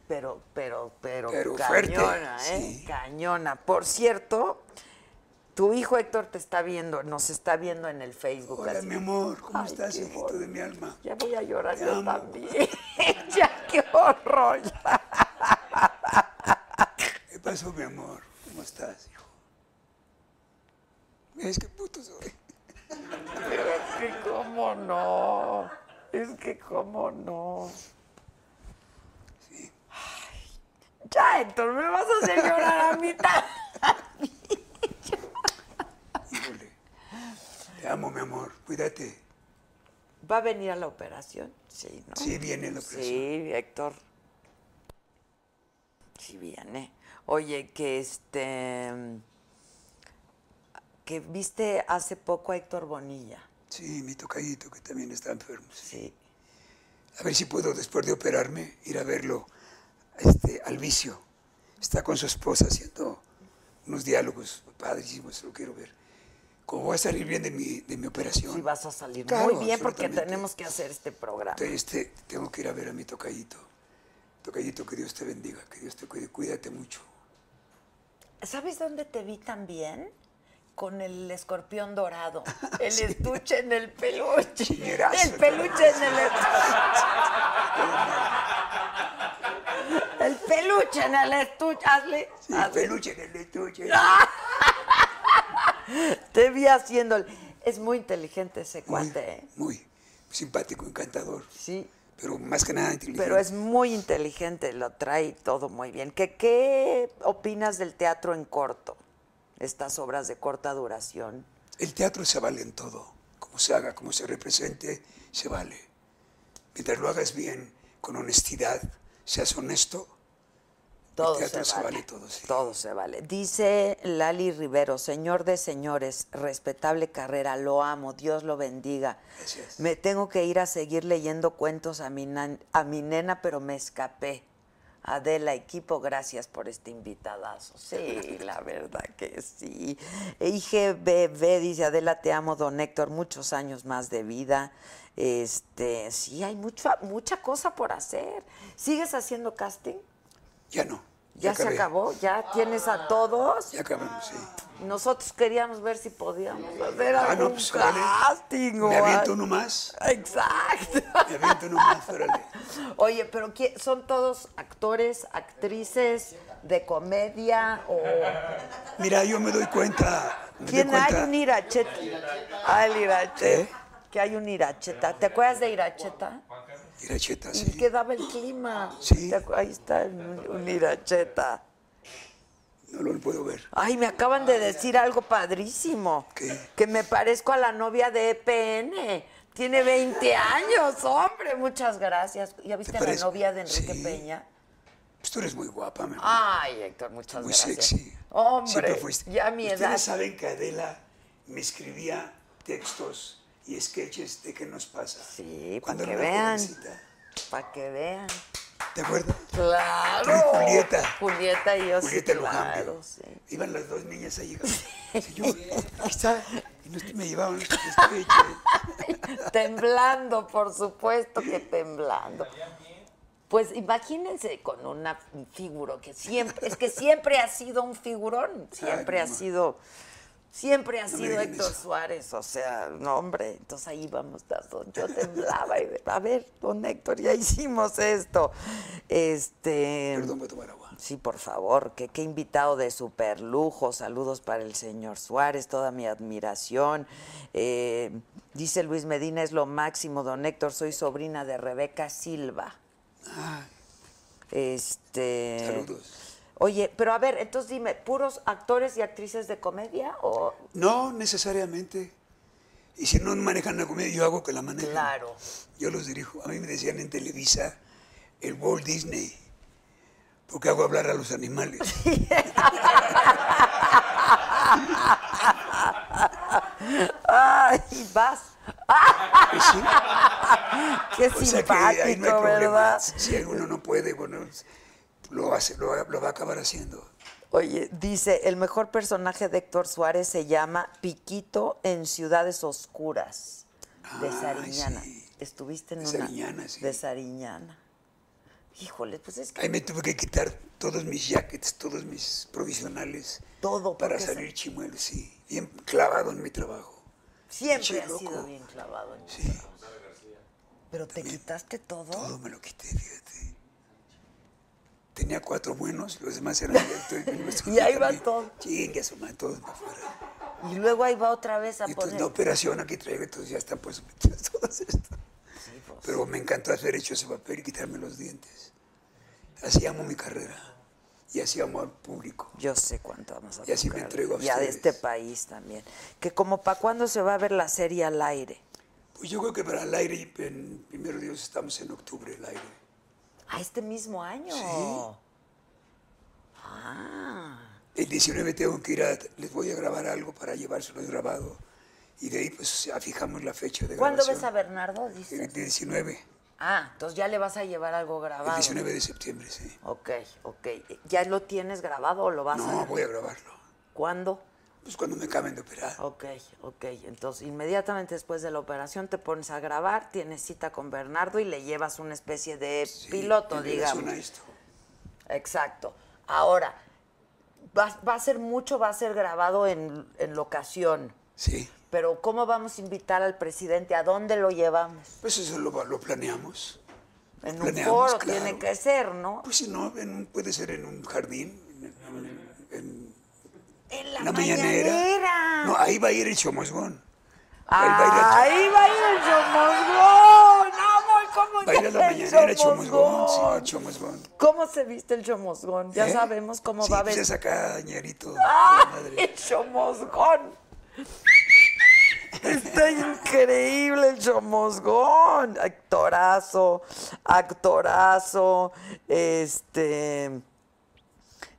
Speaker 2: pero, pero, pero,
Speaker 4: Pero fuerte,
Speaker 2: cañona, ¿eh?
Speaker 4: sí.
Speaker 2: Cañona. Por cierto, tu hijo Héctor te está viendo, nos está viendo en el Facebook.
Speaker 4: hola,
Speaker 2: así.
Speaker 4: mi amor, ¿cómo
Speaker 2: Ay,
Speaker 4: estás,
Speaker 2: qué
Speaker 4: hijito
Speaker 2: bonito.
Speaker 4: de mi alma?
Speaker 2: Ya voy a llorar
Speaker 4: Te
Speaker 2: yo
Speaker 4: amo.
Speaker 2: también. ya, qué horror.
Speaker 4: ¿Qué pasó, mi amor? ¿Cómo estás, hijo? ¿Ves qué puto soy?
Speaker 2: Pero es que cómo no. Es que cómo no. Ay, Ya, Héctor, me vas a hacer llorar a mí también.
Speaker 4: Híjole. espérate.
Speaker 2: ¿Va a venir a la operación? Sí, ¿no?
Speaker 4: Sí, viene la operación.
Speaker 2: Sí, Héctor. Sí, viene. Oye, que este. Que viste hace poco a Héctor Bonilla.
Speaker 4: Sí, mi tocadito, que también está enfermo. sí.
Speaker 2: Sí.
Speaker 4: A ver si puedo, después de operarme, ir a verlo este, al vicio. Está con su esposa haciendo unos diálogos padrísimos, lo quiero ver. Como voy a salir bien de mi, de mi operación,
Speaker 2: Sí, vas a salir
Speaker 4: Claro,
Speaker 2: muy bien porque
Speaker 4: absolutamente.
Speaker 2: tenemos que hacer este programa.
Speaker 4: te- este, tengo que ir a ver a mi tocadito. Tocadito, que Dios te bendiga, que Dios te cuide, cuídate mucho.
Speaker 2: ¿Sabes dónde te vi también? Con el escorpión dorado.
Speaker 4: Ah,
Speaker 2: El estuche en el peluche.
Speaker 4: Chiñerazo,
Speaker 2: el peluche en el estuche. el peluche en el estuche. Hazle.
Speaker 4: Sí,
Speaker 2: hazle.
Speaker 4: peluche en el estuche.
Speaker 2: Te vi haciendo. el- Es muy inteligente ese
Speaker 4: Muy,
Speaker 2: cuate, ¿eh?
Speaker 4: muy simpático, encantador.
Speaker 2: Sí.
Speaker 4: Pero más que nada inteligente.
Speaker 2: Pero es muy inteligente, lo trae todo muy bien. ¿Qué, qué opinas del teatro en corto? Estas obras de corta duración.
Speaker 4: El teatro se vale en todo. Como se haga, como se represente, se vale. Mientras lo hagas bien, con honestidad, seas honesto,
Speaker 2: Todo
Speaker 4: teatro
Speaker 2: se
Speaker 4: se
Speaker 2: vale.
Speaker 4: vale, todo, sí.
Speaker 2: se vale. Dice Lali Rivero, señor de señores, respetable carrera, lo amo, Dios lo bendiga.
Speaker 4: Gracias.
Speaker 2: Me tengo que ir a seguir leyendo cuentos a mi, nan- a mi nena, pero me escapé. Adela, equipo, gracias por este invitadazo. Sí, la verdad que sí. IGBB dice, Adela, te amo, don Héctor, muchos años más de vida. Este, sí, hay mucha, mucha cosa por hacer. ¿Sigues haciendo casting?
Speaker 4: ya no.
Speaker 2: Ya, se
Speaker 4: acabé.
Speaker 2: acabó, ya tienes a todos.
Speaker 4: Ya acabamos, sí.
Speaker 2: Nosotros queríamos ver si podíamos hacer
Speaker 4: Ah,
Speaker 2: algún
Speaker 4: no, pues órale.
Speaker 2: casting o
Speaker 4: Me aviento
Speaker 2: algo.
Speaker 4: uno más.
Speaker 2: Exacto.
Speaker 4: Me aviento uno más, órale.
Speaker 2: Oye, pero ¿qué- ¿son todos actores, actrices de comedia o
Speaker 4: Mira, yo me doy cuenta. Me
Speaker 2: quién
Speaker 4: doy
Speaker 2: hay
Speaker 4: cuenta.
Speaker 2: un iracheta? Ah, el iracheta.
Speaker 4: ¿Eh?
Speaker 2: Que hay un iracheta. ¿Te acuerdas de iracheta?
Speaker 4: Iracheta,
Speaker 2: Y
Speaker 4: sí.
Speaker 2: que daba el clima.
Speaker 4: Sí.
Speaker 2: ¿Te acu- Ahí está el- un iracheta.
Speaker 4: No lo puedo ver.
Speaker 2: Ay, me acaban de decir algo padrísimo.
Speaker 4: ¿Qué?
Speaker 2: Que me parezco a la novia de EPN. Tiene 20 años, hombre. Muchas gracias. ¿Ya viste la
Speaker 4: parece?
Speaker 2: novia de Enrique
Speaker 4: Sí.
Speaker 2: Peña?
Speaker 4: Pues tú eres muy guapa, mi amor.
Speaker 2: Ah, Ay, Héctor, muchas
Speaker 4: muy
Speaker 2: gracias.
Speaker 4: sexy.
Speaker 2: Hombre,
Speaker 4: Pues, Siempre este. fuiste.
Speaker 2: ya a mi edad.
Speaker 4: Ustedes saben que Adela me escribía textos y sketches de qué nos pasa.
Speaker 2: Sí, pa'
Speaker 4: Cuando
Speaker 2: que
Speaker 4: era
Speaker 2: vean.
Speaker 4: jovencita.
Speaker 2: Para que vean.
Speaker 4: ¿Te acuerdas? Tú
Speaker 2: Claro.
Speaker 4: y Julieta.
Speaker 2: Julieta y yo, sí,
Speaker 4: Julieta
Speaker 2: claro.
Speaker 4: Lujambio.
Speaker 2: Sí.
Speaker 4: Iban las dos niñas ahí. Sí, yo, aquí está. Y no- me llevaban los sketches.
Speaker 2: Temblando, por supuesto que temblando. Pues imagínense con una un figuro que siempre, es que siempre ha sido un figurón, siempre
Speaker 4: Ay,
Speaker 2: ha
Speaker 4: no.
Speaker 2: sido, siempre ha
Speaker 4: me
Speaker 2: sido
Speaker 4: digan
Speaker 2: Héctor
Speaker 4: eso.
Speaker 2: Suárez, o sea, no hombre, entonces ahí vamos las dos, yo temblaba y de, a ver, don Héctor, ya hicimos esto. Este
Speaker 4: Perdón, voy a tomar agua.
Speaker 2: Sí, por favor, que qué invitado de super lujo. Saludos para el señor Suárez, toda mi admiración. Eh, dice Luis Medina, es lo máximo, don Héctor, soy sobrina de Rebeca Silva. Este.
Speaker 4: Saludos.
Speaker 2: Oye, pero a ver, entonces dime, ¿puros actores y actrices de comedia? O.
Speaker 4: No necesariamente. Y si no manejan la comida, yo hago que la manejen.
Speaker 2: Claro.
Speaker 4: Yo los dirijo. A mí me decían en Televisa el Walt Disney, porque hago hablar a los animales.
Speaker 2: ¡Ay, vas!
Speaker 4: Y sí,
Speaker 2: ¡Qué
Speaker 4: o sea que
Speaker 2: simpático,
Speaker 4: ahí no hay problema.
Speaker 2: ¿verdad?
Speaker 4: Si alguno no puede, bueno, lo, hace, lo, va- lo va a acabar haciendo.
Speaker 2: Oye, dice, el mejor personaje de Héctor Suárez se llama Piquito en Ciudades Oscuras, de
Speaker 4: Ay,
Speaker 2: Sariñana.
Speaker 4: sí.
Speaker 2: Estuviste en
Speaker 4: De
Speaker 2: una...
Speaker 4: Sariñana, sí.
Speaker 2: De Sariñana. Híjole, pues es que
Speaker 4: Ahí me tuve que quitar todos mis jackets, todos mis provisionales.
Speaker 2: Todo,
Speaker 4: Para
Speaker 2: porque se-
Speaker 4: salir chimuel, sí. Bien clavado en mi trabajo.
Speaker 2: siempre
Speaker 4: pinche
Speaker 2: has
Speaker 4: loco.
Speaker 2: sido bien clavado. en-
Speaker 4: Sí,
Speaker 2: Pero te quitaste todo.
Speaker 4: todo me lo quité, fíjate. Tenía cuatro buenos, los demás eran abiertos.
Speaker 2: Y ahí va todo.
Speaker 4: Chingue, a su madre, todos para afuera.
Speaker 2: Y luego ahí va otra vez a
Speaker 4: Y entonces
Speaker 2: poner...
Speaker 4: la operación aquí traigo, entonces ya están pues metidas todas estas.
Speaker 2: pues.
Speaker 4: Pero me encantó hacer hecho ese papel y quitarme los dientes. Así amo mi carrera. Y así amo al público.
Speaker 2: Yo sé cuánto vamos a
Speaker 4: Y así me
Speaker 2: tocar.
Speaker 4: entrego a
Speaker 2: Y a de
Speaker 4: ustedes.
Speaker 2: este país también. Que como para cuándo se va a ver la serie al aire.
Speaker 4: Pues yo creo que para el aire, en- primero Dios, estamos en octubre, el aire.
Speaker 2: A este mismo año.
Speaker 4: Sí.
Speaker 2: Ah.
Speaker 4: El 19 tengo que ir a, les voy a grabar algo para llevárselo grabado. Y de ahí pues fijamos la fecha de
Speaker 2: ¿Cuándo
Speaker 4: grabación.
Speaker 2: ves a Bernardo?
Speaker 4: El
Speaker 2: Dices.
Speaker 4: 19,
Speaker 2: Ah, entonces ya le vas a llevar algo grabado.
Speaker 4: el 19 de septiembre, sí.
Speaker 2: Ok, ok. ¿Ya lo tienes grabado o lo vas a
Speaker 4: No,
Speaker 2: grabar?
Speaker 4: voy a grabarlo.
Speaker 2: ¿Cuándo?
Speaker 4: Pues cuando me acaben de operar.
Speaker 2: Ok, ok. Entonces, inmediatamente después de la operación te pones a grabar, tienes cita con Bernardo y le llevas una especie de
Speaker 4: Sí,
Speaker 2: piloto,
Speaker 4: en relación
Speaker 2: digamos.
Speaker 4: a esto.
Speaker 2: Exacto. Ahora, va, va a ser mucho, va a ser grabado en, en locación.
Speaker 4: Sí.
Speaker 2: Pero, ¿cómo vamos a invitar al presidente? ¿A dónde lo llevamos?
Speaker 4: Pues eso lo, lo planeamos.
Speaker 2: En un
Speaker 4: Planeamos,
Speaker 2: foro
Speaker 4: claro.
Speaker 2: tiene que ser, ¿no?
Speaker 4: Pues si no, en un- puede ser en un jardín, en, en- en-
Speaker 2: En
Speaker 4: en la mañanera.
Speaker 2: Ah.
Speaker 4: No, ahí va a ir el chomosgón. Él va a ir a-
Speaker 2: Ahí va a ir el chomosgón. Amo cómo
Speaker 4: Va a ir a la
Speaker 2: el
Speaker 4: mañanera el chomosgón. Sí,
Speaker 2: chomosgón.
Speaker 4: el chomosgón.
Speaker 2: ¿Cómo se viste el chomosgón? Ya
Speaker 4: ¿Eh?
Speaker 2: sabemos cómo
Speaker 4: Sí,
Speaker 2: va a
Speaker 4: pues
Speaker 2: ver.
Speaker 4: es acá, ñerito.
Speaker 2: ¡Ay,
Speaker 4: madre.
Speaker 2: el chomosgón! Está increíble el chomosgón. Actorazo, actorazo. Este.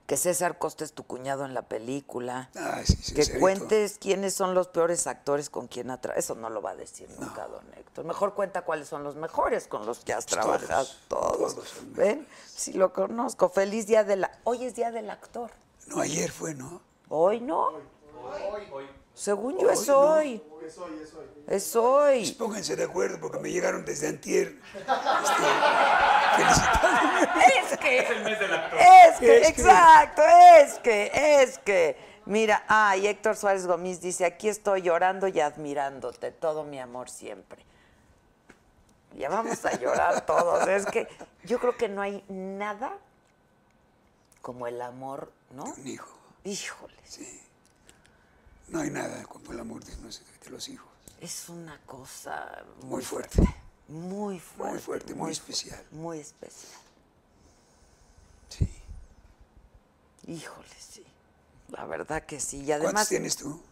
Speaker 2: Que César Costa es tu cuñado en la película.
Speaker 4: Ah, sí, sí,
Speaker 2: que
Speaker 4: Cerito.
Speaker 2: cuentes quiénes son los peores actores con quien ha tra- Eso no lo va a decir nunca, don Héctor. Mejor cuenta cuáles son los mejores con los que has trabajado. Pues Todos.
Speaker 4: todos son
Speaker 2: ¿Ven? Si lo conozco. Feliz día de la. Hoy es día del actor.
Speaker 4: No, ayer fue, ¿no?
Speaker 2: ¿Hoy no? Hoy. Según yo es hoy. Es hoy.
Speaker 4: Pues pónganse de acuerdo porque me llegaron desde antier.
Speaker 2: Es
Speaker 4: este, felicitándome.
Speaker 2: que. Es que,
Speaker 4: Es que.
Speaker 2: exacto, es que, es que. Mira, ay, Héctor Suárez Gómez dice: aquí estoy llorando y admirándote, todo mi amor siempre. Ya vamos a llorar todos. Es que yo creo que no hay nada como el amor, ¿no?
Speaker 4: Un hijo.
Speaker 2: Híjoles,
Speaker 4: No hay nada como el amor de, no sé, de los hijos.
Speaker 2: es una cosa muy,
Speaker 4: Muy fuerte.
Speaker 2: Muy fuerte.
Speaker 4: fuerte, muy especial.
Speaker 2: Muy especial.
Speaker 4: Sí.
Speaker 2: Híjole, sí. La verdad que sí. Y
Speaker 4: ¿Cuántos
Speaker 2: además,
Speaker 4: tienes tú?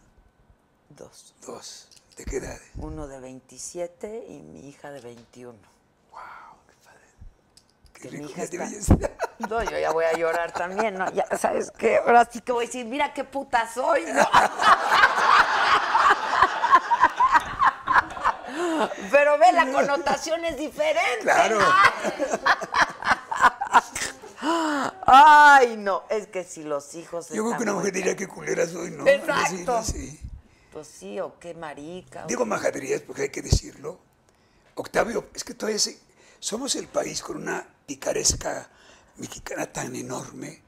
Speaker 2: dos.
Speaker 4: Dos. ¿De qué edad?
Speaker 2: Uno de 27 y mi hija de 21.
Speaker 4: Qué
Speaker 2: Que mi
Speaker 4: rico
Speaker 2: hija
Speaker 4: ya te
Speaker 2: está-
Speaker 4: oyes.
Speaker 2: No, yo ya voy a llorar también, ¿no? Ya, ¿sabes qué? Ahora sí que voy a decir, mira qué puta soy, ¿no? Pero ve, la connotación es diferente.
Speaker 4: Claro.
Speaker 2: Ay, no, es que si los hijos
Speaker 4: Yo creo
Speaker 2: están
Speaker 4: que una mujer
Speaker 2: muy-
Speaker 4: diría que culera soy, ¿no?
Speaker 2: Exacto.
Speaker 4: Sí, sí.
Speaker 2: Pues sí, o qué marica. o-
Speaker 4: Digo majaderías porque hay que decirlo. Octavio, es que todavía se- somos el país con una picaresca mexicana tan enorme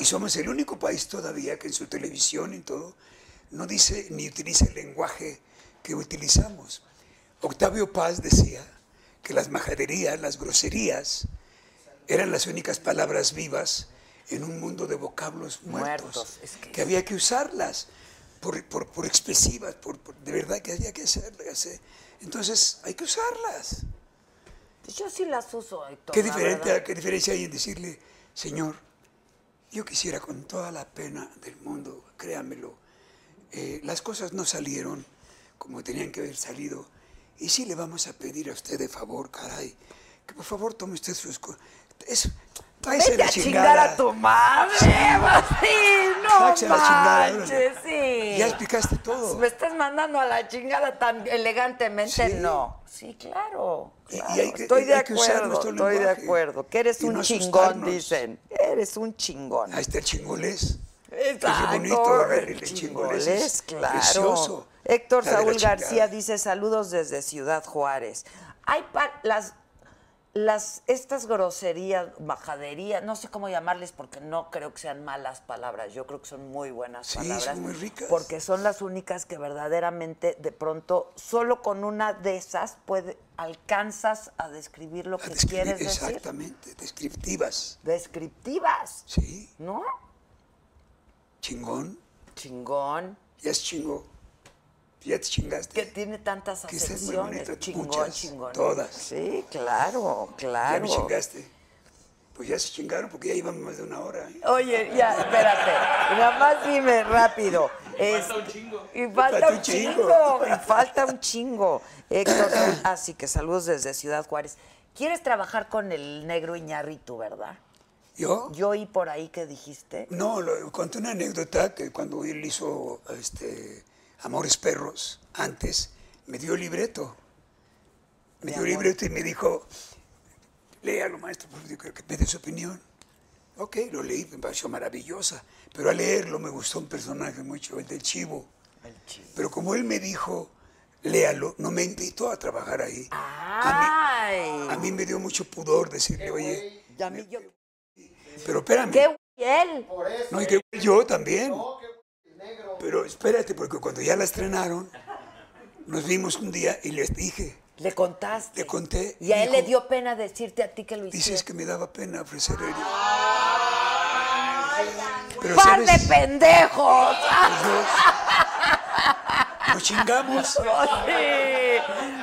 Speaker 4: y somos el único país todavía que en su televisión y todo no dice ni utiliza el lenguaje que utilizamos. Octavio Paz decía que las majaderías, las groserías, eran las únicas palabras vivas en un mundo de vocablos muertos,
Speaker 2: Muertos, es que-
Speaker 4: había que usarlas por, por- por expresivas, por, por- de verdad que había que hacerlas. hacer- Entonces hay que usarlas.
Speaker 2: Pues yo sí las uso, Héctor.
Speaker 4: ¿Qué,
Speaker 2: la
Speaker 4: diferente,
Speaker 2: verdad.
Speaker 4: ¿Qué diferencia hay en decirle, Señor, yo quisiera con toda la pena del mundo, créamelo, eh, las cosas no salieron como tenían que haber salido, y sí le vamos a pedir a usted de favor, caray, que por favor tome usted sus cosas.
Speaker 2: Vete a chingar a tu madre, sí,
Speaker 4: Sáquese
Speaker 2: no
Speaker 4: la chingada, órale.
Speaker 2: manches, sí.
Speaker 4: Ya explicaste todo.
Speaker 2: Me estás mandando a la chingada tan elegantemente,
Speaker 4: Sí.
Speaker 2: no. Sí, claro.
Speaker 4: Y- y
Speaker 2: claro.
Speaker 4: hay que-
Speaker 2: estoy de
Speaker 4: hay que usar
Speaker 2: acuerdo,
Speaker 4: nuestro
Speaker 2: estoy de
Speaker 4: lenguaje
Speaker 2: acuerdo. Que eres
Speaker 4: y
Speaker 2: un
Speaker 4: no
Speaker 2: chingón,
Speaker 4: asustarnos.
Speaker 2: dicen. Eres un chingón.
Speaker 4: Ahí está el este chingolés.
Speaker 2: Exacto,
Speaker 4: Qué bonito, a ver,
Speaker 2: el
Speaker 4: el
Speaker 2: chingolés,
Speaker 4: chingolés es
Speaker 2: claro.
Speaker 4: precioso.
Speaker 2: Héctor
Speaker 4: La de la
Speaker 2: Saúl
Speaker 4: chingada.
Speaker 2: García dice saludos desde Ciudad Juárez. Hay pa- las las estas groserías, majaderías, no sé cómo llamarles porque no creo que sean malas palabras, yo creo que son muy buenas
Speaker 4: Sí, son
Speaker 2: palabras.
Speaker 4: muy ricas.
Speaker 2: Porque son las únicas que verdaderamente de pronto solo con una de esas puede alcanzas a describir lo
Speaker 4: A
Speaker 2: que
Speaker 4: describir-
Speaker 2: quieres decir.
Speaker 4: exactamente, descriptivas.
Speaker 2: Descriptivas,
Speaker 4: Sí,
Speaker 2: ¿no?
Speaker 4: chingón,
Speaker 2: Chingón.
Speaker 4: ya es chingo, ya te chingaste.
Speaker 2: que tiene tantas
Speaker 4: Que estés muy
Speaker 2: acepciones.
Speaker 4: bonito,
Speaker 2: Chingón,
Speaker 4: muchas,
Speaker 2: chingón.
Speaker 4: todas.
Speaker 2: Sí, claro,
Speaker 4: Ya
Speaker 2: claro.
Speaker 4: me chingaste. Pues ya se chingaron porque ya iban más de una hora. ¿eh?
Speaker 2: Oye, ya, espérate. Nada más dime rápido. Es- Y falta un chingo. Y falta un chingo. Héctor, así que saludos desde Ciudad Juárez. ¿Quieres trabajar con el negro Iñarritu, verdad?
Speaker 4: ¿Yo?
Speaker 2: Yo oí por ahí que dijiste.
Speaker 4: No, lo- conté una anécdota que cuando él hizo este, Amores Perros, antes, me dio el libreto. Me dio el libreto y me dijo, léalo, maestro, por favor, que me dé su opinión. Ok, lo leí, me pareció maravillosa. Pero al leerlo me gustó un personaje mucho, el del chivo. Pero como él me dijo, léalo, no me invitó a trabajar ahí. A mí, a mí me dio mucho pudor decirle, oye,
Speaker 2: Y a mí yo-
Speaker 4: pero espérame.
Speaker 2: ¡Qué güey él!
Speaker 4: No, y que yo también. Pero espérate, porque cuando ya la estrenaron, nos vimos un día y les dije,
Speaker 2: Le contaste.
Speaker 4: le conté.
Speaker 2: Y a él
Speaker 4: dijo,
Speaker 2: le dio pena decirte a ti que lo hiciste.
Speaker 4: Dices que me daba pena ofrecer el... Pero
Speaker 2: ¡Par
Speaker 4: sabes,
Speaker 2: de pendejos!
Speaker 4: nos chingamos.
Speaker 2: Sí.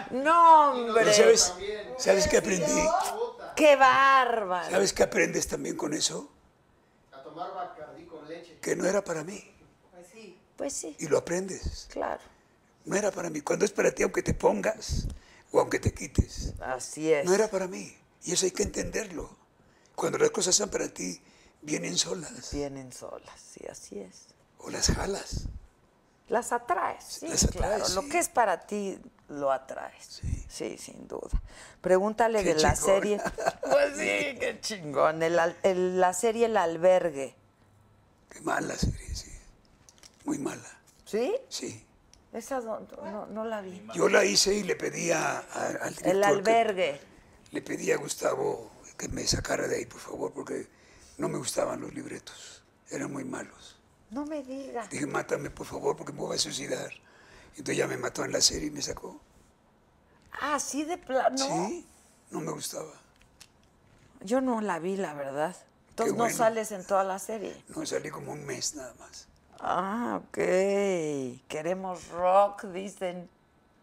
Speaker 2: No,
Speaker 4: Pero
Speaker 2: hombre.
Speaker 4: sabes, ¿sabes qué aprendí?
Speaker 2: ¡Qué bárbaro!
Speaker 4: ¿Sabes qué aprendes también con eso? Que no era para mí.
Speaker 2: Pues sí,
Speaker 4: Y lo aprendes.
Speaker 2: claro.
Speaker 4: No era para mí. Cuando es para ti, aunque te pongas o aunque te quites.
Speaker 2: Así es.
Speaker 4: No era para mí. Y eso hay que entenderlo. Cuando las cosas son para ti, vienen solas.
Speaker 2: Vienen solas, sí, así es.
Speaker 4: O las jalas.
Speaker 2: Las atraes, sí,
Speaker 4: las atraes,
Speaker 2: claro. Lo
Speaker 4: sí.
Speaker 2: que es para ti, lo atraes. Sí,
Speaker 4: Sí.
Speaker 2: sin duda. Pregúntale
Speaker 4: Qué
Speaker 2: de la
Speaker 4: chingón.
Speaker 2: serie. Pues sí, qué chingón. El al- el- la serie El Albergue,
Speaker 4: Qué mala serie, sí. Muy mala.
Speaker 2: ¿sí?
Speaker 4: Sí.
Speaker 2: Esa no, no, no la vi.
Speaker 4: Yo la hice y le pedí a- a- al director.
Speaker 2: El
Speaker 4: que-
Speaker 2: Albergue.
Speaker 4: le pedí a Gustavo que me sacara de ahí, por favor, porque no me gustaban los libretos. Eran muy malos.
Speaker 2: No me digas.
Speaker 4: Dije, mátame, por favor, porque me voy a suicidar. Entonces ya me mató en la serie y me sacó.
Speaker 2: Ah, sí, de plano.
Speaker 4: Sí, no me gustaba.
Speaker 2: Yo no la vi, la verdad. Entonces no
Speaker 4: bueno.
Speaker 2: sales en toda la serie.
Speaker 4: No, salí como un mes nada más.
Speaker 2: Ah, ok. Queremos rock, dicen.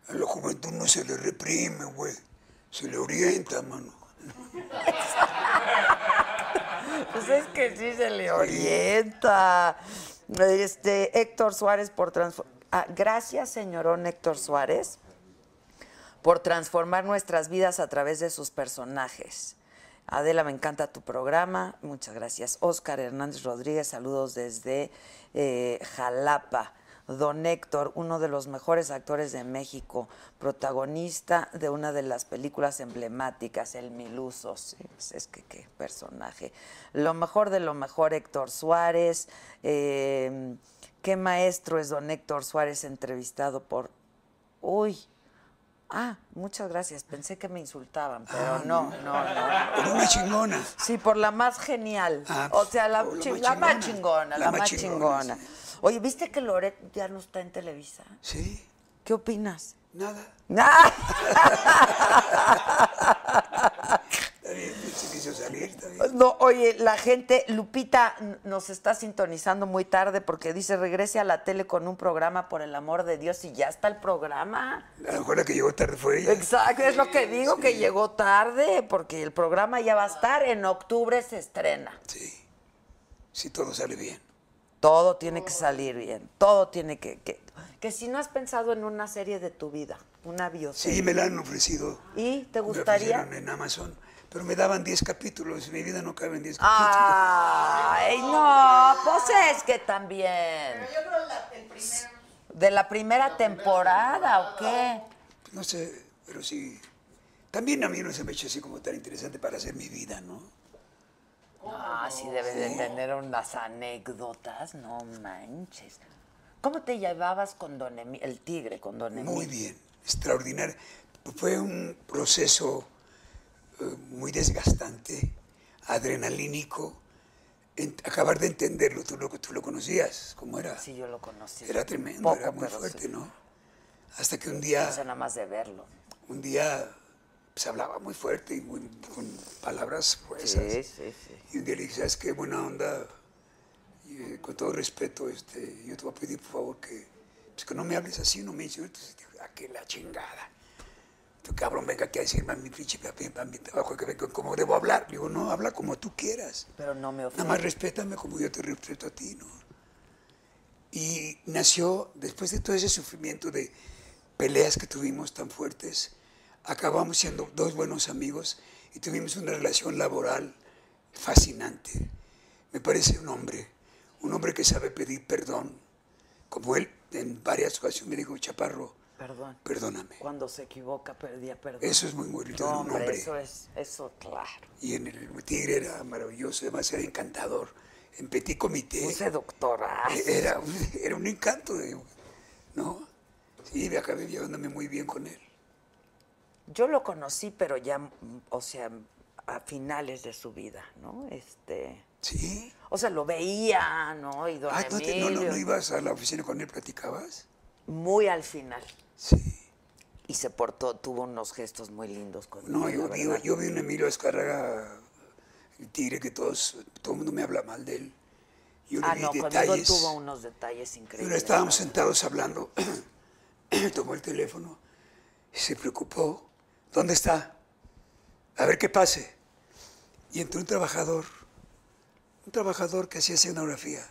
Speaker 4: A la juventud no se le reprime, güey. Se le orienta, mano.
Speaker 2: Pues es que sí se le orienta. Este, Héctor Suárez por transformar. gracias, señorón Héctor Suárez, por transformar nuestras vidas a través de sus personajes. Adela, me encanta tu programa. Muchas gracias. Óscar Hernández Rodríguez, saludos desde eh, Jalapa. Don Héctor, uno de los mejores actores de México, protagonista de una de las películas emblemáticas, El Miluso. Sí, pues es que qué personaje. Lo mejor de lo mejor, Héctor Suárez. Eh, qué maestro es don Héctor Suárez entrevistado por... Uy. Ah, muchas gracias. Pensé que me insultaban, pero no, no, no.
Speaker 4: Por una chingona.
Speaker 2: Sí, por la más genial.
Speaker 4: Ah,
Speaker 2: o sea, la,
Speaker 4: o la
Speaker 2: chi-
Speaker 4: más
Speaker 2: la más chingona,
Speaker 4: chingona.
Speaker 2: la, más chingona. Oye, ¿viste que Loret ya no está en Televisa? Ah.
Speaker 4: Sí,
Speaker 2: ¿Qué opinas?
Speaker 4: nada. Está bien, se quiso salir, está bien.
Speaker 2: No, oye, la gente, Lupita n- nos está sintonizando muy tarde porque dice, regrese a la tele con un programa por el amor de Dios y ya está el programa.
Speaker 4: A lo mejor la que llegó tarde fue ella.
Speaker 2: Exacto, es lo que digo, que llegó tarde porque el programa ya va a estar, en octubre se estrena.
Speaker 4: Sí. Si todo sale bien.
Speaker 2: Todo tiene que salir bien, todo tiene que, que... Que si no has pensado en una serie de tu vida, una bioserie.
Speaker 4: Sí, me la han ofrecido.
Speaker 2: ¿Y te
Speaker 4: Me
Speaker 2: gustaría?
Speaker 4: ofrecieron en Amazon. Pero me daban 10 capítulos. Mi vida no cabe en 10
Speaker 2: Ah.
Speaker 4: capítulos.
Speaker 2: Ay, no, pues es que también. ¿De la primera temporada o qué?
Speaker 4: No sé, pero sí. También a mí no se me ha hecho así como tan interesante para hacer mi vida, ¿no?
Speaker 2: Ah, sí, debes de tener unas anécdotas, no manches. ¿Cómo te llevabas con Don Emi- el tigre con Don Emilio?
Speaker 4: Muy bien, extraordinario. Fue un proceso eh, muy desgastante, adrenalínico. en- acabar de entenderlo, tú lo, tú lo conocías, ¿cómo era?
Speaker 2: Sí, yo lo conocí.
Speaker 4: Era tremendo,
Speaker 2: Poco,
Speaker 4: era muy
Speaker 2: pero
Speaker 4: fuerte,
Speaker 2: sí.
Speaker 4: ¿no? Hasta que un
Speaker 2: O sea,
Speaker 4: día,
Speaker 2: nada más de verlo.
Speaker 4: un día se hablaba muy fuerte y muy- con palabras fuertes.
Speaker 2: Sí, sí, sí.
Speaker 4: Y un día le dije, ¿sabes qué buena onda? Y, eh, con todo respeto, este, yo te voy a pedir, por favor, que, pues, que no me hables así, no me insultes. Y dije, "Ah, que la chingada. tu cabrón venga aquí a decirme a mi pinche papi, a mi trabajo, que vengo, cómo debo hablar. Le digo, no, habla como tú quieras.
Speaker 2: Pero no me
Speaker 4: Nada
Speaker 2: ofende.
Speaker 4: más respétame como yo te respeto a ti, ¿no? Y nació, después de todo ese sufrimiento de peleas que tuvimos tan fuertes, acabamos siendo dos buenos amigos y tuvimos una relación laboral fascinante. Me parece un hombre, un hombre que sabe pedir perdón. Como él en varias ocasiones me dijo, Chaparro,
Speaker 2: Perdón.
Speaker 4: perdóname.
Speaker 2: Cuando se equivoca, perdía perdón.
Speaker 4: Eso es muy bonito de
Speaker 2: No,
Speaker 4: un
Speaker 2: hombre,
Speaker 4: hombre.
Speaker 2: eso es, eso, claro.
Speaker 4: Y en el Tigre era maravilloso, además era encantador. En Petit Comité.
Speaker 2: Un seductorazo.
Speaker 4: Era un, era un encanto, de- ¿no? Sí, me acabé llevándome muy bien con él.
Speaker 2: Yo lo conocí, pero ya, mm, o sea, a finales de su vida, ¿no? Este,
Speaker 4: ¿Sí?
Speaker 2: o sea, lo veía, ¿no? Y don
Speaker 4: Ah, ¿no, te- no, no-
Speaker 2: Emilio,
Speaker 4: no ibas a la oficina con él, platicabas?
Speaker 2: muy al final.
Speaker 4: Sí.
Speaker 2: Y se portó, tuvo unos gestos muy lindos con
Speaker 4: No,
Speaker 2: él,
Speaker 4: yo
Speaker 2: la
Speaker 4: vi,
Speaker 2: verdad.
Speaker 4: yo vi un Emilio Azcárraga, el tigre que todos, todo el mundo me habla mal de él. Yo le
Speaker 2: Ah,
Speaker 4: vi
Speaker 2: no, conmigo
Speaker 4: detalles.
Speaker 2: tuvo unos detalles
Speaker 4: Y
Speaker 2: increíbles.
Speaker 4: ahora estábamos
Speaker 2: la verdad.
Speaker 4: sentados hablando. Tomó el teléfono y se preocupó. ¿Dónde está? A ver qué pase. Y entró un trabajador, un trabajador que hacía escenografía.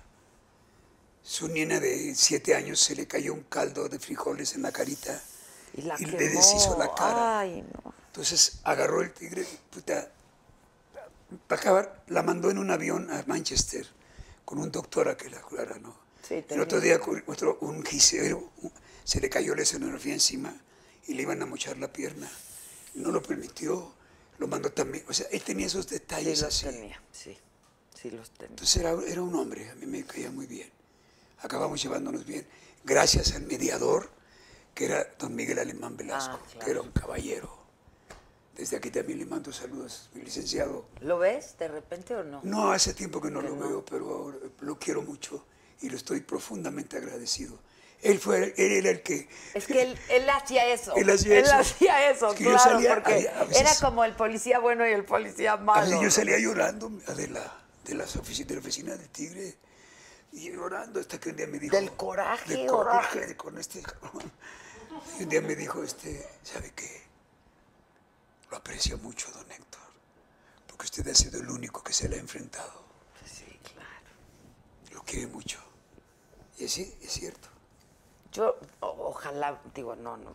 Speaker 4: Su nena de siete años se le cayó un caldo de frijoles en la carita
Speaker 2: Y la
Speaker 4: le
Speaker 2: quemó.
Speaker 4: deshizo la cara.
Speaker 2: Ay, no.
Speaker 4: Entonces agarró el tigre, puta, para acabar, la mandó en un avión a Manchester con un doctor a que la curara, ¿no?
Speaker 2: Sí,
Speaker 4: el
Speaker 2: tenía-
Speaker 4: otro día cu- otro, un gisero un- se le cayó la escenografía encima y le iban a mochar la pierna. No lo permitió, lo mandó también. O sea, él tenía esos
Speaker 2: Sí
Speaker 4: detalles
Speaker 2: los
Speaker 4: así.
Speaker 2: tenía, sí. Sí los tenía.
Speaker 4: Entonces era, era un hombre, a mí me caía muy bien. Acabamos llevándonos bien, gracias al mediador, que era don Miguel Alemán Velasco,
Speaker 2: Ah, claro.
Speaker 4: que era un caballero. Desde aquí también le mando saludos, mi licenciado.
Speaker 2: ¿Lo ves de repente o no?
Speaker 4: No hace tiempo que no
Speaker 2: Que
Speaker 4: lo
Speaker 2: no.
Speaker 4: veo, pero ahora lo quiero mucho y lo estoy profundamente agradecido. Él, fue, él era el que...
Speaker 2: Es que él, él hacía eso.
Speaker 4: Él hacía eso.
Speaker 2: hacía eso,
Speaker 4: Es que yo
Speaker 2: claro,
Speaker 4: salía-
Speaker 2: porque
Speaker 4: a- a veces-
Speaker 2: era como el policía bueno y el policía
Speaker 4: A
Speaker 2: malo.
Speaker 4: veces yo salía llorando de la, de, las ofici- de la oficina del Tigre y llorando hasta que un día me dijo...
Speaker 2: Del coraje,
Speaker 4: Del
Speaker 2: ¿o de
Speaker 4: coraje de- con este cabrón. Y un día me dijo, este, ¿sabe qué? Lo aprecio mucho, don Héctor, porque usted ha sido el único que se le ha enfrentado.
Speaker 2: Sí, claro.
Speaker 4: Lo quiere mucho. Y así es cierto.
Speaker 2: Yo, o- ojalá, digo, no, no,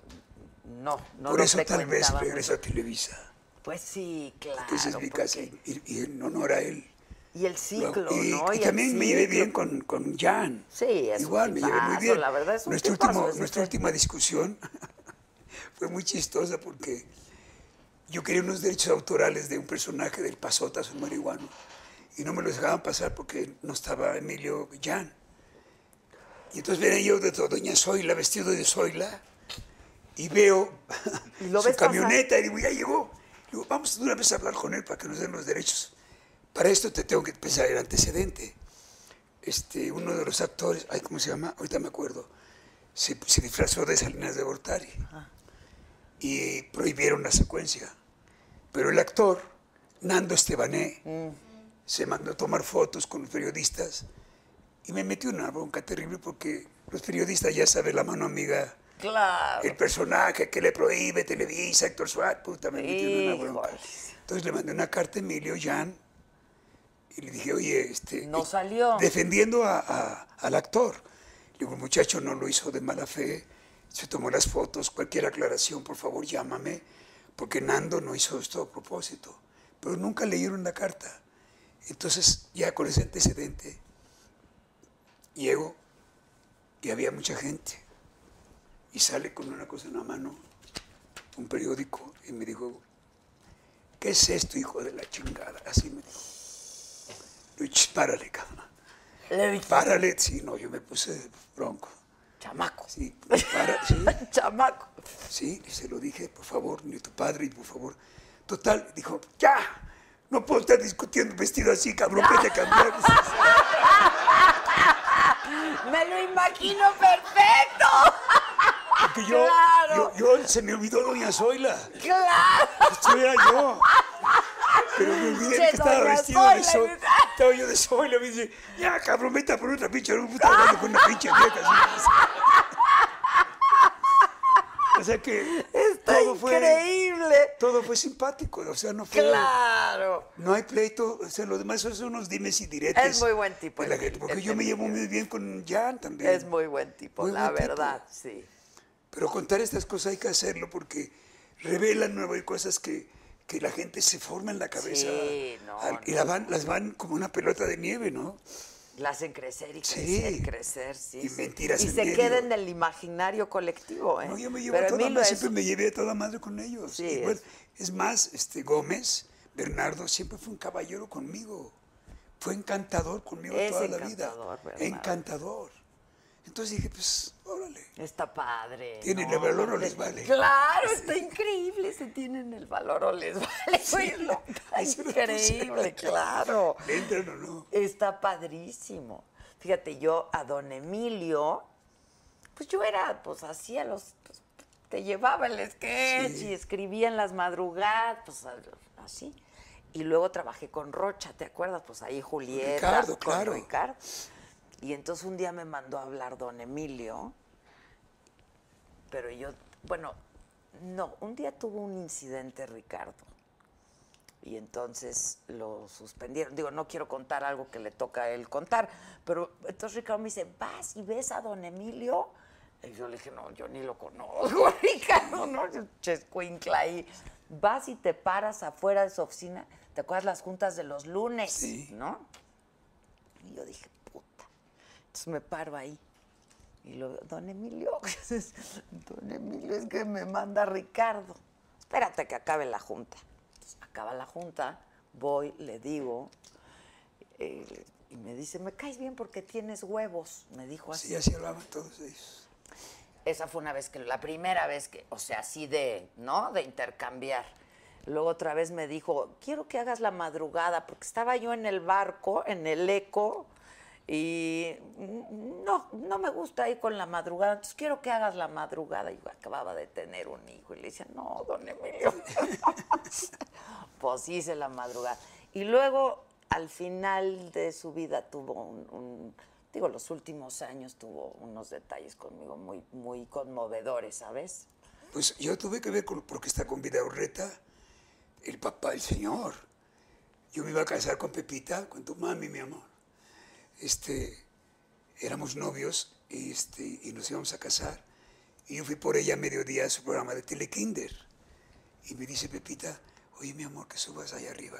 Speaker 2: no. no
Speaker 4: Por
Speaker 2: lo
Speaker 4: eso tal vez
Speaker 2: frecuentaba
Speaker 4: regreso a
Speaker 2: mucho.
Speaker 4: Televisa,
Speaker 2: Pues sí, claro.
Speaker 4: que esa es mi
Speaker 2: porque-
Speaker 4: casa, y, y en honor a él.
Speaker 2: Y el
Speaker 4: Lo-
Speaker 2: ciclo,
Speaker 4: y,
Speaker 2: ¿no?
Speaker 4: y
Speaker 2: el
Speaker 4: también me llevé
Speaker 2: ciclo.
Speaker 4: bien con, con Jan.
Speaker 2: Sí, es un
Speaker 4: Igual, me llevé muy
Speaker 2: tipazo,
Speaker 4: bien.
Speaker 2: la verdad es un
Speaker 4: Nuestro
Speaker 2: tipazo,
Speaker 4: último-
Speaker 2: es
Speaker 4: nuestra
Speaker 2: usted.
Speaker 4: última discusión fue muy chistosa porque yo quería unos derechos autorales de un personaje del Pasotas, un marihuano, y no me los dejaban pasar porque no estaba Emilio Jan. Y entonces venía yo de todo, Doña Zoila, vestido de Zoila, y veo
Speaker 2: Y lo
Speaker 4: su
Speaker 2: ves pasar.
Speaker 4: camioneta y digo, ya llegó. Digo, vamos de una vez a hablar con él para que nos den los derechos. Para esto te tengo que pensar el antecedente. Este, uno de los actores, ay, ¿cómo se llama? Ahorita me acuerdo, se, se disfrazó de Salinas de Gortari y prohibieron la secuencia. Pero el actor, Nando Estebané,
Speaker 2: Mm.
Speaker 4: se mandó a tomar fotos con los periodistas y me metió una bronca terrible porque los periodistas ya saben la mano amiga,
Speaker 2: Claro.
Speaker 4: el personaje que le prohíbe Televisa, Héctor Suárez, puta, me metió en una bronca.
Speaker 2: Híjoles.
Speaker 4: Entonces le mandé una carta a Emilio Jan y le dije, oye, este...
Speaker 2: No salió.
Speaker 4: Defendiendo a- a- al actor. Le digo, el muchacho no lo hizo de mala fe, se tomó las fotos, cualquier aclaración, por favor, llámame, porque Nando no hizo esto a propósito. Pero nunca leyeron la carta. Entonces, ya con ese antecedente, llego y había mucha gente. Y sale con una cosa en la mano, un periódico, y me dijo, ¿Qué es esto, hijo de la chingada? Así me dijo. Le dije, "Ch, párale, cabrón.
Speaker 2: Le dije,
Speaker 4: Párale. Sí, no, yo me puse bronco.
Speaker 2: chamaco.
Speaker 4: Sí, para, sí,
Speaker 2: chamaco.
Speaker 4: sí, y se lo dije, por favor, ni tu padre, por favor. Total, dijo, ya, no puedo estar discutiendo vestido así, cabrón, vete a cambiar.
Speaker 2: Me lo imagino perfecto.
Speaker 4: Porque yo,
Speaker 2: Claro.
Speaker 4: yo, yo- se me olvidó Doña Zoila.
Speaker 2: Claro.
Speaker 4: Esto era yo. Pero me olvidé
Speaker 2: Che,
Speaker 4: que estaba
Speaker 2: doña
Speaker 4: vestido de
Speaker 2: Zoila,
Speaker 4: sol.
Speaker 2: ¿verdad?
Speaker 4: Estaba yo de sol y me dice, ya cabrón, vete a por otra pinche no puta hablando con una pinche vieja. así. O sea que todo todo fue-
Speaker 2: increíble.
Speaker 4: Todo fue simpático, o sea, no fue...
Speaker 2: Claro.
Speaker 4: No hay pleito, o sea, los demás son unos dimes y diretes.
Speaker 2: Es muy buen tipo,
Speaker 4: de la
Speaker 2: el-
Speaker 4: gente, porque
Speaker 2: el-
Speaker 4: yo me
Speaker 2: el-
Speaker 4: llevo muy bien con Jan también.
Speaker 2: Es muy buen tipo,
Speaker 4: Muy
Speaker 2: la
Speaker 4: buen tipo.
Speaker 2: verdad, sí.
Speaker 4: Pero contar estas cosas hay que hacerlo porque revelan nuevo y cosas que, que la gente se forma en la cabeza.
Speaker 2: Sí, no,
Speaker 4: y la van, las van como una pelota de nieve, ¿no?
Speaker 2: La hacen crecer y
Speaker 4: Sí.
Speaker 2: crecer y crecer, sí.
Speaker 4: Y
Speaker 2: sí.
Speaker 4: mentiras
Speaker 2: Y
Speaker 4: en
Speaker 2: se
Speaker 4: medio.
Speaker 2: queda en el imaginario colectivo, ¿eh?
Speaker 4: No, yo me llevo a
Speaker 2: Pero
Speaker 4: toda
Speaker 2: Emilio
Speaker 4: madre,
Speaker 2: es-
Speaker 4: siempre me llevé a toda madre con ellos.
Speaker 2: Sí,
Speaker 4: Y bueno,
Speaker 2: es-
Speaker 4: es más, este Gómez, Bernardo, siempre fue un caballero conmigo. Fue encantador conmigo
Speaker 2: Es
Speaker 4: toda la vida.
Speaker 2: encantador, Bernardo.
Speaker 4: Encantador. Entonces dije, pues, órale.
Speaker 2: Está padre.
Speaker 4: Tienen
Speaker 2: ¿no?
Speaker 4: el valor o les vale.
Speaker 2: Claro, está increíble. Se tienen el valor o les vale. Güey, lo-
Speaker 4: ahí se lo
Speaker 2: increíble,
Speaker 4: pusieron.
Speaker 2: claro.
Speaker 4: ¿Le entran o no?
Speaker 2: Está padrísimo. Fíjate, yo a don Emilio, pues yo era, pues hacía los. pues, te llevaba el sketch y escribía en las madrugadas, pues a- así. Y luego trabajé con Rocha, ¿te acuerdas? Pues ahí Julieta.
Speaker 4: Ricardo,
Speaker 2: con
Speaker 4: claro.
Speaker 2: Ricardo. Y entonces un día me mandó a hablar don Emilio, pero yo, bueno, no, un día tuvo un incidente Ricardo. Y entonces lo suspendieron. Digo, no quiero contar algo que le toca a él contar. Pero entonces Ricardo me dice, ¿vas y ves a don Emilio? Y yo le dije, no, yo ni lo conozco, Ricardo, no, yo chescuincla ahí. Vas y te paras afuera de su oficina. ¿Te acuerdas las juntas de los lunes?
Speaker 4: Sí.
Speaker 2: ¿No? Y yo dije, puta. Entonces me paro ahí. Y luego, don Emilio, don Emilio es que me manda Ricardo. Espérate que acabe la junta. Entonces, acaba la junta, voy, le digo, eh, y me dice, me caes bien porque tienes huevos, me dijo así.
Speaker 4: Sí, así hablaban todos ellos.
Speaker 2: Esa fue una vez que, la primera vez que, o sea, así de, ¿no? De intercambiar. Luego otra vez me dijo, quiero que hagas la madrugada, porque estaba yo en el barco, en el eco, y no, no me gusta ir con la madrugada, entonces quiero que hagas la madrugada. Y yo acababa de tener un hijo y le decía, no, don Emilio. pues hice la madrugada. Y luego, al final de su vida, tuvo un, un- digo, los últimos años tuvo unos detalles conmigo muy, muy conmovedores, ¿sabes?
Speaker 4: Pues yo tuve que ver con, porque está con Vida Urreta, el papá del señor. Yo me iba a casar con Pepita, con tu mami, mi amor. Este, éramos novios y, este, y nos íbamos a casar. Y yo fui por ella a mediodía a su programa de Telekinder. Y me dice Pepita, oye, mi amor, que subas ahí arriba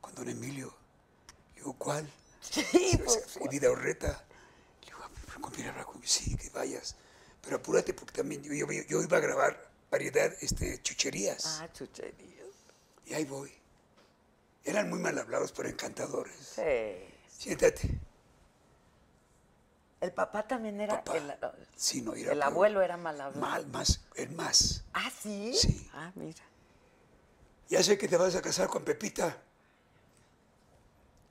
Speaker 4: con don Emilio. Le digo, ¿cuál? Sí, y vida horreta. Le digo, "Ah, pero conviene hablar conmigo. Sí, que vayas. Pero apúrate porque también yo, yo- yo iba a grabar variedad este, chucherías.
Speaker 2: Ah, chucherías.
Speaker 4: Y ahí voy. Eran muy mal hablados, pero encantadores.
Speaker 2: Sí.
Speaker 4: Siéntate.
Speaker 2: El papá también era...
Speaker 4: Papá.
Speaker 2: El, ah,
Speaker 4: Sí, no, era
Speaker 2: el
Speaker 4: peor.
Speaker 2: abuelo era mal hablado.
Speaker 4: Mal, más, el más.
Speaker 2: ¿Ah, sí?
Speaker 4: Sí.
Speaker 2: Ah, mira.
Speaker 4: Ya sé que te vas a casar con Pepita.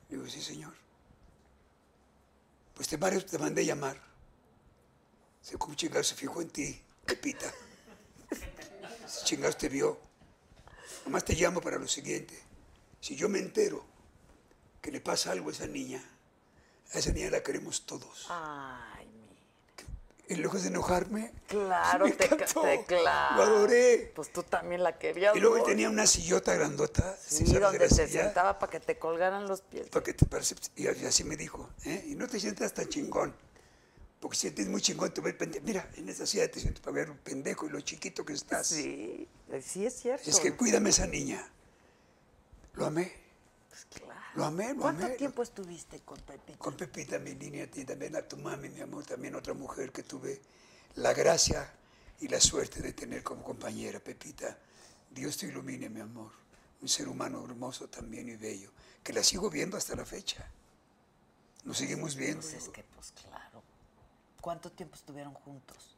Speaker 4: Digo, sí, señor. Pues te, mar- te mandé llamar. Se como chingar se fijó en ti, Pepita. Se chingados te vio. Nomás te llamo para lo siguiente. Si yo me entero que le pasa algo a esa niña, a esa niña la queremos todos.
Speaker 2: Ay, mira.
Speaker 4: Y lejos de enojarme,
Speaker 2: Claro,
Speaker 4: me
Speaker 2: te, ca-
Speaker 4: encantó.
Speaker 2: te- claro.
Speaker 4: Lo adoré.
Speaker 2: Pues tú también la querías.
Speaker 4: Y luego él
Speaker 2: mucho.
Speaker 4: tenía una sillota grandota.
Speaker 2: Sí,
Speaker 4: ¿sabes de
Speaker 2: donde
Speaker 4: la
Speaker 2: se
Speaker 4: silla?
Speaker 2: sentaba para que te colgaran los pies.
Speaker 4: ¿Para qué te parece? Y así- así me dijo, ¿eh? Y no te sientas tan chingón. Porque sientes muy chingón, te ves pendejo. Mira, en esta ciudad te siento para ver un pendejo y lo chiquito que estás.
Speaker 2: Sí, eh, sí es cierto.
Speaker 4: Es que cuídame a esa niña. Lo amé.
Speaker 2: Pues claro.
Speaker 4: Lo amé, lo
Speaker 2: ¿Cuánto
Speaker 4: amé.
Speaker 2: tiempo estuviste con Pepito?
Speaker 4: Con Pepita, mi niña, y también a tu mami, mi amor, también otra mujer que tuve la gracia y la suerte de tener como compañera, Pepita. Dios te ilumine, mi amor. Un ser humano hermoso también y bello, que la sigo viendo hasta la fecha. Nos seguimos viendo.
Speaker 2: Pues es que, pues claro. ¿Cuánto tiempo estuvieron juntos?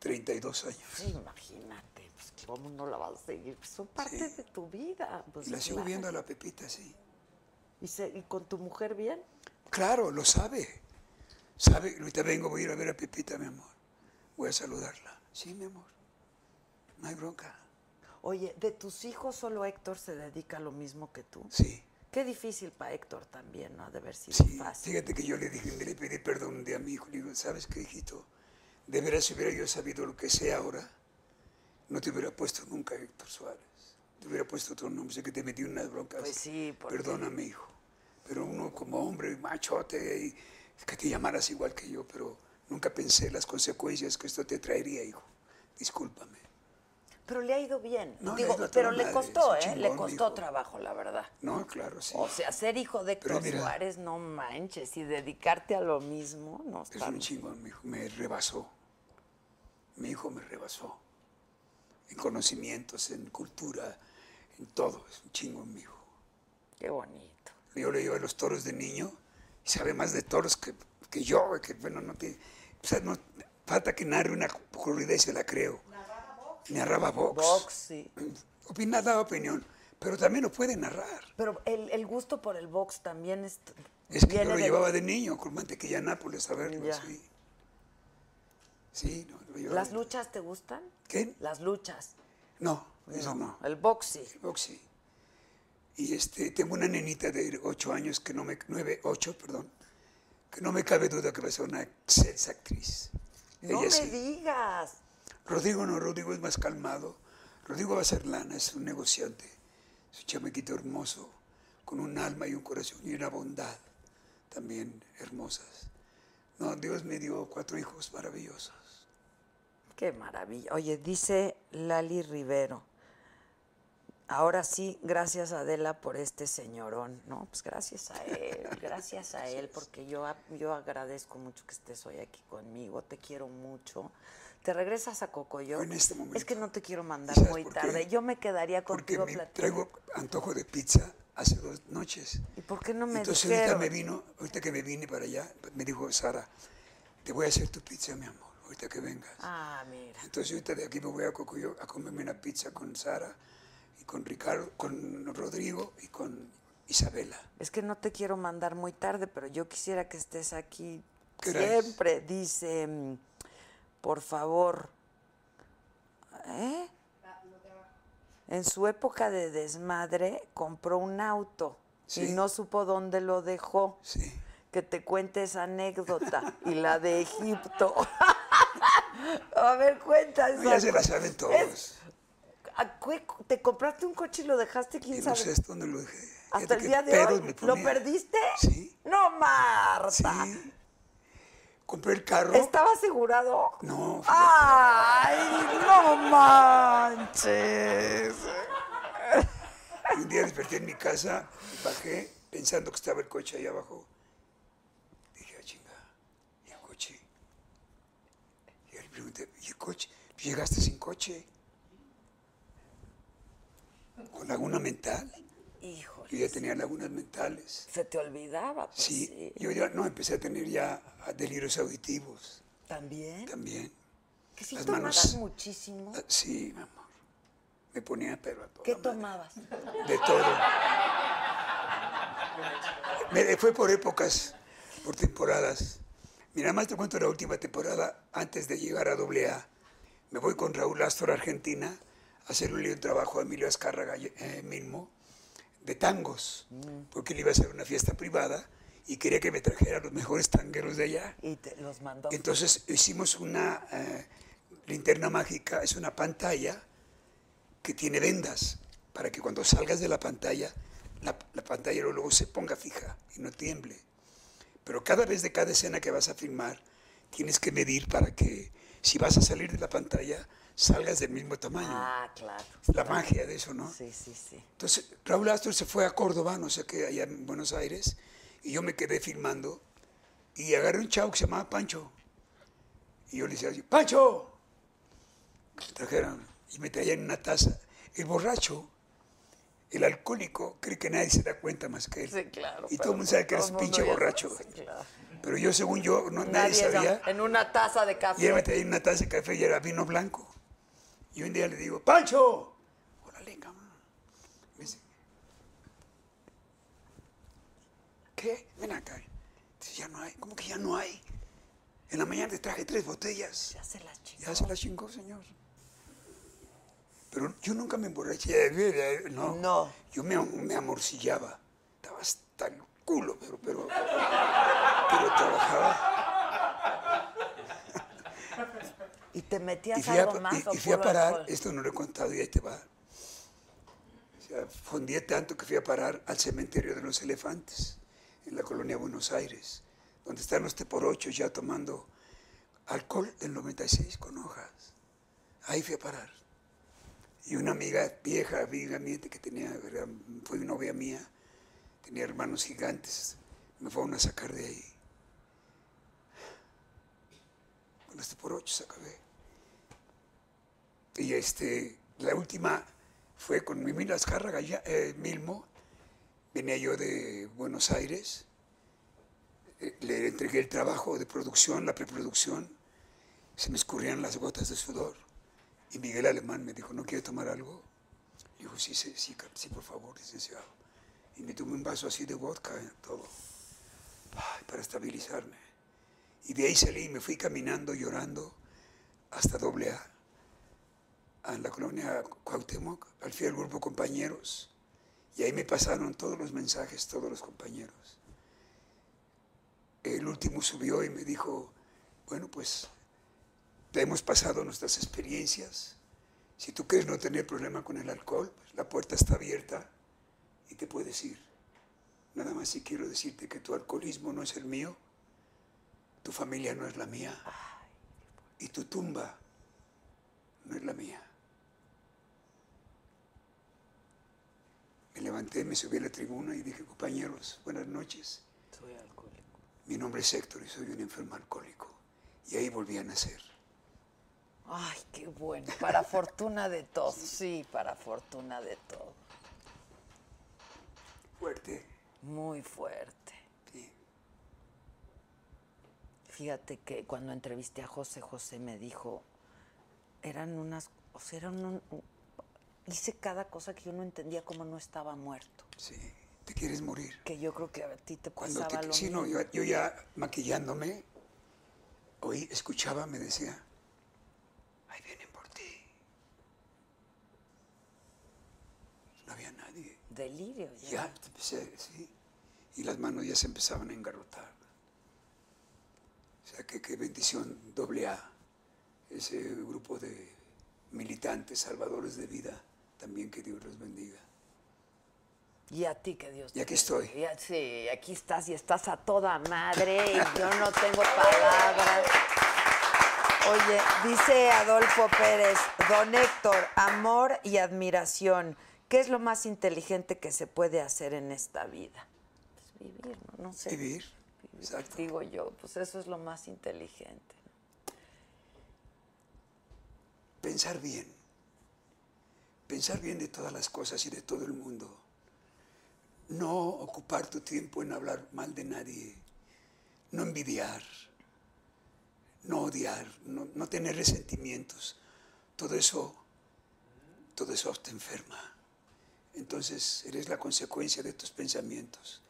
Speaker 4: 32 años.
Speaker 2: Sí, imagínate. Pues cómo no la vas a seguir. Pues, son parte
Speaker 4: Sí.
Speaker 2: de tu vida. Pues,
Speaker 4: Y la sigo
Speaker 2: claro.
Speaker 4: viendo a la Pepita, sí.
Speaker 2: ¿Y, se- y con tu mujer bien?
Speaker 4: Claro, lo sabe. Sabe, ahorita vengo, voy a ir a ver a Pepita, mi amor. Voy a saludarla. Sí, mi amor. No hay bronca.
Speaker 2: Oye, de tus hijos solo Héctor se dedica a lo mismo que tú.
Speaker 4: Sí.
Speaker 2: Qué difícil para Héctor también, ¿no? Ha de haber sido
Speaker 4: Sí,
Speaker 2: fácil.
Speaker 4: fíjate que yo le dije, le pedí perdón un día a mi hijo. Le digo, ¿sabes qué, hijito? De veras, si hubiera yo sabido lo que sé ahora, no te hubiera puesto nunca Héctor Suárez. Te hubiera puesto otro nombre, sé que te metí unas broncas.
Speaker 2: Pues sí, porque-
Speaker 4: Perdóname, hijo. Pero uno como hombre, machote, y que te llamaras igual que yo, pero nunca pensé las consecuencias que esto te traería, hijo. Discúlpame.
Speaker 2: Pero le ha ido bien.
Speaker 4: No, le
Speaker 2: Digo,
Speaker 4: ha ido a
Speaker 2: pero
Speaker 4: toda
Speaker 2: le
Speaker 4: madre,
Speaker 2: costó, ¿eh?
Speaker 4: es un
Speaker 2: le
Speaker 4: chingón,
Speaker 2: costó
Speaker 4: hijo.
Speaker 2: trabajo, la verdad.
Speaker 4: No, claro, sí.
Speaker 2: O sea, ser hijo de
Speaker 4: Pero
Speaker 2: Héctor
Speaker 4: mira-
Speaker 2: Suárez, no manches, y dedicarte a lo mismo, no
Speaker 4: Es
Speaker 2: está
Speaker 4: un chingón, mi hijo. Me rebasó. Mi hijo me rebasó. En conocimientos, en cultura, en todo. Es un chingón, mi hijo.
Speaker 2: Qué bonito.
Speaker 4: Yo le llevo a los toros de niño y sabe más de toros que, que yo. güey, Que, bueno, no te, o sea, no, falta que narre una corrida y se la creo. Narraba box.
Speaker 2: Box, sí.
Speaker 4: Opina, da opinión. Pero también lo puede narrar.
Speaker 2: Pero el, el gusto por el box también es.
Speaker 4: Es que yo
Speaker 2: viene
Speaker 4: lo
Speaker 2: de-
Speaker 4: llevaba de niño con mantequilla a Nápoles a verlo,
Speaker 2: Ya.
Speaker 4: sí. Sí, no, lo llevaba.
Speaker 2: ¿Las luchas te gustan?
Speaker 4: ¿Qué?
Speaker 2: Las luchas.
Speaker 4: No, eso no.
Speaker 2: El box, sí.
Speaker 4: Boxy. Y este, tengo una nenita de 8 años, que no me, 9, 8, perdón, que no me cabe duda que va a ser una excelsa actriz.
Speaker 2: No
Speaker 4: Ella
Speaker 2: me
Speaker 4: sí.
Speaker 2: digas.
Speaker 4: Rodrigo no, Rodrigo es más calmado. Rodrigo va a ser lana, es un negociante, es un chamequito hermoso, con un alma y un corazón y una bondad también hermosas. No, Dios me dio cuatro hijos maravillosos.
Speaker 2: Qué maravilla. Oye, dice Lali Rivero. Ahora sí, gracias Adela por este señorón. No, pues gracias a él, gracias a él, porque yo, a- yo agradezco mucho que estés hoy aquí conmigo, te quiero mucho. ¿Te regresas a Cocoyo?
Speaker 4: En este momento.
Speaker 2: Es que no te quiero mandar
Speaker 4: ¿Y sabes
Speaker 2: muy
Speaker 4: por qué?
Speaker 2: tarde. Yo me quedaría
Speaker 4: Porque
Speaker 2: contigo
Speaker 4: me
Speaker 2: platicando.
Speaker 4: traigo antojo de pizza hace dos noches.
Speaker 2: ¿Y por qué no me
Speaker 4: Entonces
Speaker 2: dijeron?
Speaker 4: ahorita me vino, ahorita que me vine para allá, me dijo Sara, te voy a hacer tu pizza, mi amor, ahorita que vengas.
Speaker 2: Ah, mira.
Speaker 4: Entonces ahorita de aquí me voy a Cocoyo a comerme una pizza con Sara y con Ricardo, con Rodrigo y con Isabela.
Speaker 2: Es que no te quiero mandar muy tarde, pero yo quisiera que estés aquí
Speaker 4: ¿Qué hora es?
Speaker 2: siempre. Dice, mm, por favor, ¿eh? En su época de desmadre compró un auto y
Speaker 4: Sí.
Speaker 2: no supo dónde lo dejó.
Speaker 4: Sí.
Speaker 2: Que te cuente esa anécdota y la de Egipto. A ver, cuenta
Speaker 4: No,
Speaker 2: esa.
Speaker 4: ya se la saben todos.
Speaker 2: Es- ¿A qué- ¿Te compraste un coche y lo dejaste
Speaker 4: y
Speaker 2: quién
Speaker 4: no
Speaker 2: sabe?
Speaker 4: sé hasta dónde lo dejé.
Speaker 2: Hasta
Speaker 4: Fíjate
Speaker 2: el
Speaker 4: qué
Speaker 2: día de
Speaker 4: pedos
Speaker 2: hoy.
Speaker 4: me
Speaker 2: ¿Lo
Speaker 4: ponía.
Speaker 2: perdiste?
Speaker 4: Sí.
Speaker 2: No, Marta.
Speaker 4: Sí. Compré el carro.
Speaker 2: ¿Estaba asegurado?
Speaker 4: No, fíjate.
Speaker 2: ¡Ay, no manches!
Speaker 4: Y un día desperté en mi casa, bajé pensando que estaba el coche ahí abajo. Dije, ah, chinga, ¿y el coche? Y le pregunté, ¿y el coche? Pues ¿Llegaste sin coche? ¿Con laguna mental? Yo
Speaker 2: Híjole,
Speaker 4: ya tenía lagunas mentales.
Speaker 2: se te olvidaba, pues sí.
Speaker 4: Sí, yo ya no empecé a tener ya a delirios auditivos
Speaker 2: ¿También?
Speaker 4: también.
Speaker 2: ¿Que si
Speaker 4: Las
Speaker 2: tomabas
Speaker 4: manos.
Speaker 2: muchísimo?
Speaker 4: Ah, Sí, mi amor. Me ponía pero a todo.
Speaker 2: ¿Qué tomabas?
Speaker 4: De todo. Me eh, fue por épocas, por temporadas. Mira, más te cuento la última temporada antes de llegar a AA. Me voy con Raúl Astor a Argentina a hacer un lío trabajo a Emilio Azcárraga eh, mismo de tangos, porque él iba a hacer una fiesta privada y quería que me trajera los mejores tangueros de allá.
Speaker 2: Y te los mandó.
Speaker 4: Entonces hicimos una eh, linterna mágica, es una pantalla que tiene vendas para que cuando salgas de la pantalla, la, la pantalla luego, luego se ponga fija y no tiemble. Pero cada vez de cada escena que vas a filmar, tienes que medir para que si vas a salir de la pantalla, salgas del mismo tamaño.
Speaker 2: Ah, claro.
Speaker 4: La magia de eso, ¿no?
Speaker 2: Sí, sí, sí.
Speaker 4: Entonces, Raúl Astor se fue a Córdoba, no sé qué, allá en Buenos Aires, y yo me quedé filmando. Y agarré un chavo que se llamaba Pancho. Y yo le decía, así, ¡Pancho! Que le trajeron. Y me traían una taza. El borracho, el alcohólico, cree que nadie se da cuenta más que él.
Speaker 2: Sí, claro.
Speaker 4: Y
Speaker 2: pero
Speaker 4: todo el mundo sabe
Speaker 2: todo
Speaker 4: que eres
Speaker 2: el mundo
Speaker 4: pinche
Speaker 2: ya-
Speaker 4: borracho.
Speaker 2: Sí, claro.
Speaker 4: Pero yo, según yo, no- nadie,
Speaker 2: Nadie
Speaker 4: sabía.
Speaker 2: En una taza de
Speaker 4: Y él me
Speaker 2: café.
Speaker 4: traía una taza de café y era vino blanco. Y un día le digo, ¡Pancho! ¡Órale, cabrón! Me dice, ¿qué? Ven acá. Dice, ya no hay. ¿Cómo que ya no hay? En la mañana te traje tres botellas.
Speaker 2: Ya se las chingó.
Speaker 4: Ya se la chingó, señor. Pero yo nunca me emborraché. No.
Speaker 2: No.
Speaker 4: Yo me, me amorcillaba. Estaba hasta el culo, pero, pero, pero trabajaba.
Speaker 2: ¿Y te metías
Speaker 4: Y fui a,
Speaker 2: algo más?
Speaker 4: y-
Speaker 2: o
Speaker 4: y fui a
Speaker 2: puro
Speaker 4: parar,
Speaker 2: alcohol?
Speaker 4: esto no lo he contado y ahí te va. O sea, fundí tanto que fui a parar al cementerio de los elefantes, en la colonia Buenos Aires, donde están los teporochos ya tomando alcohol del 96 con hojas. Ahí fui a parar. Y una amiga vieja, amiga mía que tenía, era- fue novia mía, tenía hermanos gigantes, me fueron a sacar de ahí. Con los teporochos acabé. Y este, la última fue con Mimil Azcárraga, ya, eh, Milmo. Venía yo de Buenos Aires. Eh, Le entregué el trabajo de producción, la preproducción. Se me escurrían las gotas de sudor. Y Miguel Alemán me dijo, ¿no quiere tomar algo? Y dijo, sí, sí, sí, cap- sí, por favor, licenciado. Y me tomé un vaso así de vodka, eh, todo, Ay, para estabilizarme. Y de ahí salí y me fui caminando, llorando, hasta doble A a la colonia Cuauhtémoc, al fiel grupo compañeros, y ahí me pasaron todos los mensajes, todos los compañeros. El último subió y me dijo, bueno, pues te hemos pasado nuestras experiencias, si tú quieres no tener problema con el alcohol, pues la puerta está abierta y te puedes ir. Nada más si quiero decirte que tu alcoholismo no es el mío, tu familia no es la mía y tu tumba no es la mía. Me levanté, me subí a la tribuna y dije, compañeros, buenas noches.
Speaker 3: Soy alcohólico.
Speaker 4: Mi nombre es Héctor y soy un enfermo alcohólico. Y ahí volví a nacer.
Speaker 2: Ay, qué bueno. Para fortuna de todos. Sí, para fortuna de todos.
Speaker 4: Fuerte.
Speaker 2: Muy fuerte.
Speaker 4: Sí.
Speaker 2: Fíjate que cuando entrevisté a José, José me dijo, eran unas, o sea, eran un- un- hice cada cosa que yo no entendía como no estaba muerto.
Speaker 4: Sí. ¿Te quieres morir?
Speaker 2: Que yo creo que a ti te
Speaker 4: Cuando
Speaker 2: pasaba
Speaker 4: te,
Speaker 2: lo
Speaker 4: sí,
Speaker 2: mismo.
Speaker 4: no, yo, yo ya maquillándome, oí, escuchaba, me decía, ahí vienen por ti. No había nadie.
Speaker 2: Delirio. ya.
Speaker 4: Ya, empecé, sí. Y las manos ya se empezaban a engarrotar. O sea, que qué bendición doble A. Ese grupo de militantes, salvadores de vida, también que Dios los bendiga.
Speaker 2: Y a ti que Dios
Speaker 4: Y aquí
Speaker 2: te
Speaker 4: estoy.
Speaker 2: bendiga. Y a- sí, aquí estás y estás a toda madre y yo no tengo palabras. Oye, dice Adolfo Pérez, don Héctor, amor y admiración. ¿Qué es lo más inteligente que se puede hacer en esta vida? Pues vivir, ¿no? No sé.
Speaker 4: Vivir. Exacto.
Speaker 2: Digo yo, pues eso es lo más inteligente.
Speaker 4: Pensar bien. Pensar bien de todas las cosas y de todo el mundo. No ocupar tu tiempo en hablar mal de nadie. No envidiar. No odiar. No, no tener resentimientos. Todo eso, todo eso te enferma. Entonces eres la consecuencia de tus pensamientos.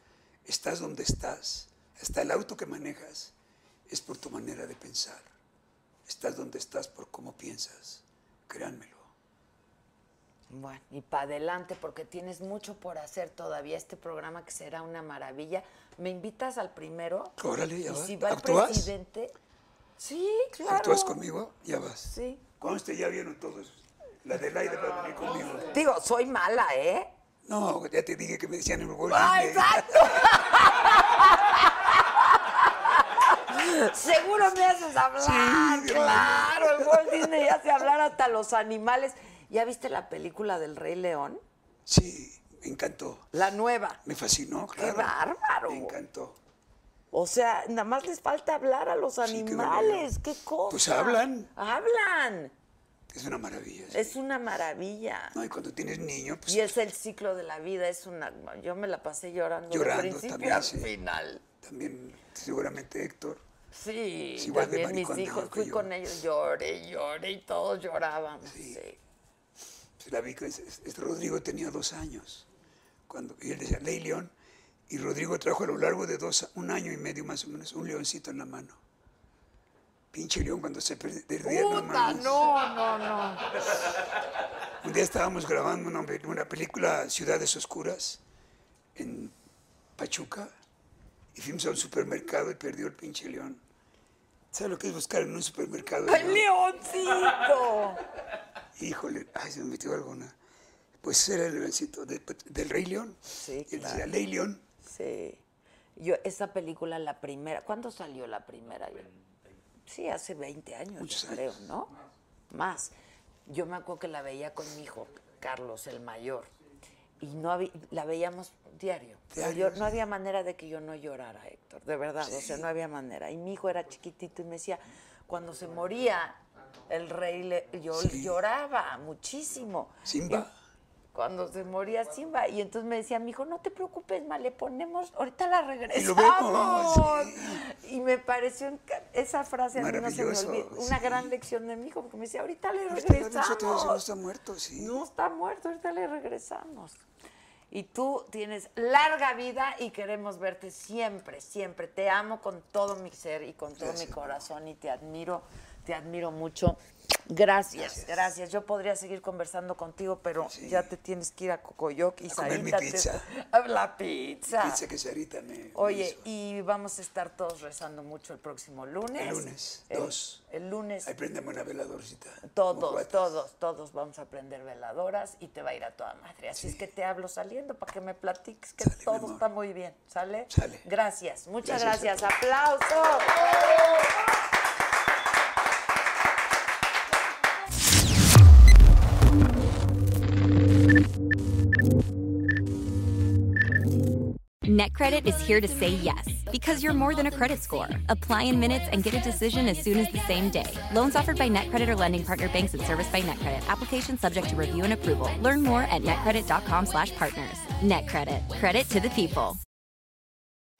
Speaker 4: Estás donde estás. Hasta el auto que manejas es por tu manera de pensar. Estás donde estás por cómo piensas. Créanmelo.
Speaker 2: Bueno, y para adelante, porque tienes mucho por hacer todavía. Este programa que será una maravilla. ¿Me invitas al primero?
Speaker 4: Órale, ya
Speaker 2: ¿Y
Speaker 4: va.
Speaker 2: si va
Speaker 4: ¿Actúas?
Speaker 2: el presidente? Sí, claro.
Speaker 4: ¿Actúas conmigo? Ya vas.
Speaker 2: Sí.
Speaker 4: Conste, ya vieron todos. La del aire va a venir conmigo.
Speaker 2: Digo, soy mala, ¿eh?
Speaker 4: No, ya te dije que me decían en el Walt
Speaker 2: ¡Ah,
Speaker 4: Disney.
Speaker 2: exacto! Seguro me haces hablar,
Speaker 4: Sí,
Speaker 2: claro. El Walt Disney hace hablar hasta los animales. ¿Ya viste la película del Rey León?
Speaker 4: Sí, me encantó.
Speaker 2: La nueva.
Speaker 4: Me fascinó,
Speaker 2: ¡Qué
Speaker 4: claro.
Speaker 2: bárbaro!
Speaker 4: Me encantó.
Speaker 2: O sea, nada más les falta hablar a los
Speaker 4: qué
Speaker 2: animales.
Speaker 4: barbaridad.
Speaker 2: qué, cosa!
Speaker 4: Pues hablan.
Speaker 2: Hablan.
Speaker 4: Es una maravilla. sí.
Speaker 2: Es una maravilla.
Speaker 4: No, y cuando tienes niño, pues
Speaker 2: Y es el ciclo de la vida, es una. Yo me la pasé llorando, de
Speaker 4: Llorando
Speaker 2: principio
Speaker 4: también,
Speaker 2: al
Speaker 4: sí.
Speaker 2: final.
Speaker 4: también seguramente Héctor.
Speaker 2: Sí,
Speaker 4: Es igual de
Speaker 2: también mis
Speaker 4: maricón de
Speaker 2: hijos,
Speaker 4: lo que
Speaker 2: fui
Speaker 4: yo.
Speaker 2: con ellos, lloré, lloré y todos llorábamos. Sí.
Speaker 4: Sí. Pues la vi que es- es- es- Rodrigo tenía dos años. Cuando, y él decía, Ley León. Y Rodrigo trajo a lo largo de dos, un año y medio más o menos un leoncito en la mano. Pinche león cuando se per- perdía. no
Speaker 2: ¡Puta!
Speaker 4: mames.
Speaker 2: No, no, no.
Speaker 4: Un día estábamos grabando una, una película, Ciudades Oscuras, en Pachuca. Y fuimos a un supermercado y perdió el pinche león. ¿Sabes lo que es buscar en un supermercado?
Speaker 2: ¡Ay,
Speaker 4: no?
Speaker 2: leoncito!
Speaker 4: Híjole, ay, se me metió alguna. Pues era el leoncito de- del Rey León.
Speaker 2: Sí,
Speaker 4: Él decía,
Speaker 2: claro.
Speaker 4: Ley León,
Speaker 2: Sí. Yo, esa película, la primera, ¿cuándo salió la primera? Yo- Sí, hace 20 años,
Speaker 4: Muchos
Speaker 2: yo creo, ¿no? Más. Yo me acuerdo que la veía con mi hijo, Carlos, el mayor. Y no habí- la veíamos diario. Pero yo-
Speaker 4: Diario,
Speaker 2: no había manera de que yo no llorara, Héctor, de verdad. O sea,
Speaker 4: Sí.
Speaker 2: no había manera. Y mi hijo era chiquitito y me decía, cuando se moría el rey, le- yo
Speaker 4: Sí.
Speaker 2: lloraba muchísimo.
Speaker 4: Simba.
Speaker 2: Y- cuando se moría Simba. Y entonces me decía, mi hijo, no te preocupes, ma, le ponemos, ahorita la
Speaker 4: lo
Speaker 2: regresamos.
Speaker 4: vemos,
Speaker 2: Y me pareció enca- esa frase a mí no se me
Speaker 4: Maravilloso,
Speaker 2: olvida, Una
Speaker 4: sí.
Speaker 2: gran lección de mi hijo, porque me decía, ahorita le
Speaker 4: Ahorita le regreso, todavía
Speaker 2: regresamos.
Speaker 4: no está muerto, sí.
Speaker 2: No está muerto, ahorita le regresamos. Y tú tienes larga vida y queremos verte siempre, siempre. Te amo con todo mi ser y con todo
Speaker 4: Gracias,
Speaker 2: mi
Speaker 4: mamá.
Speaker 2: corazón y te admiro, te admiro mucho. Gracias, gracias, Yo podría seguir conversando contigo, pero
Speaker 4: Sí.
Speaker 2: ya te tienes que ir a Cocoyoc y
Speaker 4: A comer mi
Speaker 2: Sarita te-
Speaker 4: pizza.
Speaker 2: La pizza.
Speaker 4: Dice que Sarita me. me
Speaker 2: Oye,
Speaker 4: hizo.
Speaker 2: y vamos a estar todos rezando mucho el próximo lunes.
Speaker 4: El lunes,
Speaker 2: El-
Speaker 4: dos.
Speaker 2: El lunes.
Speaker 4: Ahí prendeme una veladorcita. con
Speaker 2: Todos,
Speaker 4: cuates.
Speaker 2: todos, todos vamos a prender veladoras y te va a ir a toda madre. Así es que te hablo saliendo para que me platiques que
Speaker 4: Sale, mi
Speaker 2: todo
Speaker 4: amor.
Speaker 2: está muy bien. ¿Sale?
Speaker 4: Sale.
Speaker 2: Gracias, muchas gracias.
Speaker 4: Gracias a
Speaker 2: Aplausos.
Speaker 5: NetCredit is here to say yes because you're more than a credit score. Apply in minutes and get a decision as soon as the same day. Loans offered by NetCredit or lending partner banks and serviced by NetCredit. Application subject to review and approval. Learn more at netcredit.com/partners. NetCredit. Credit to the people.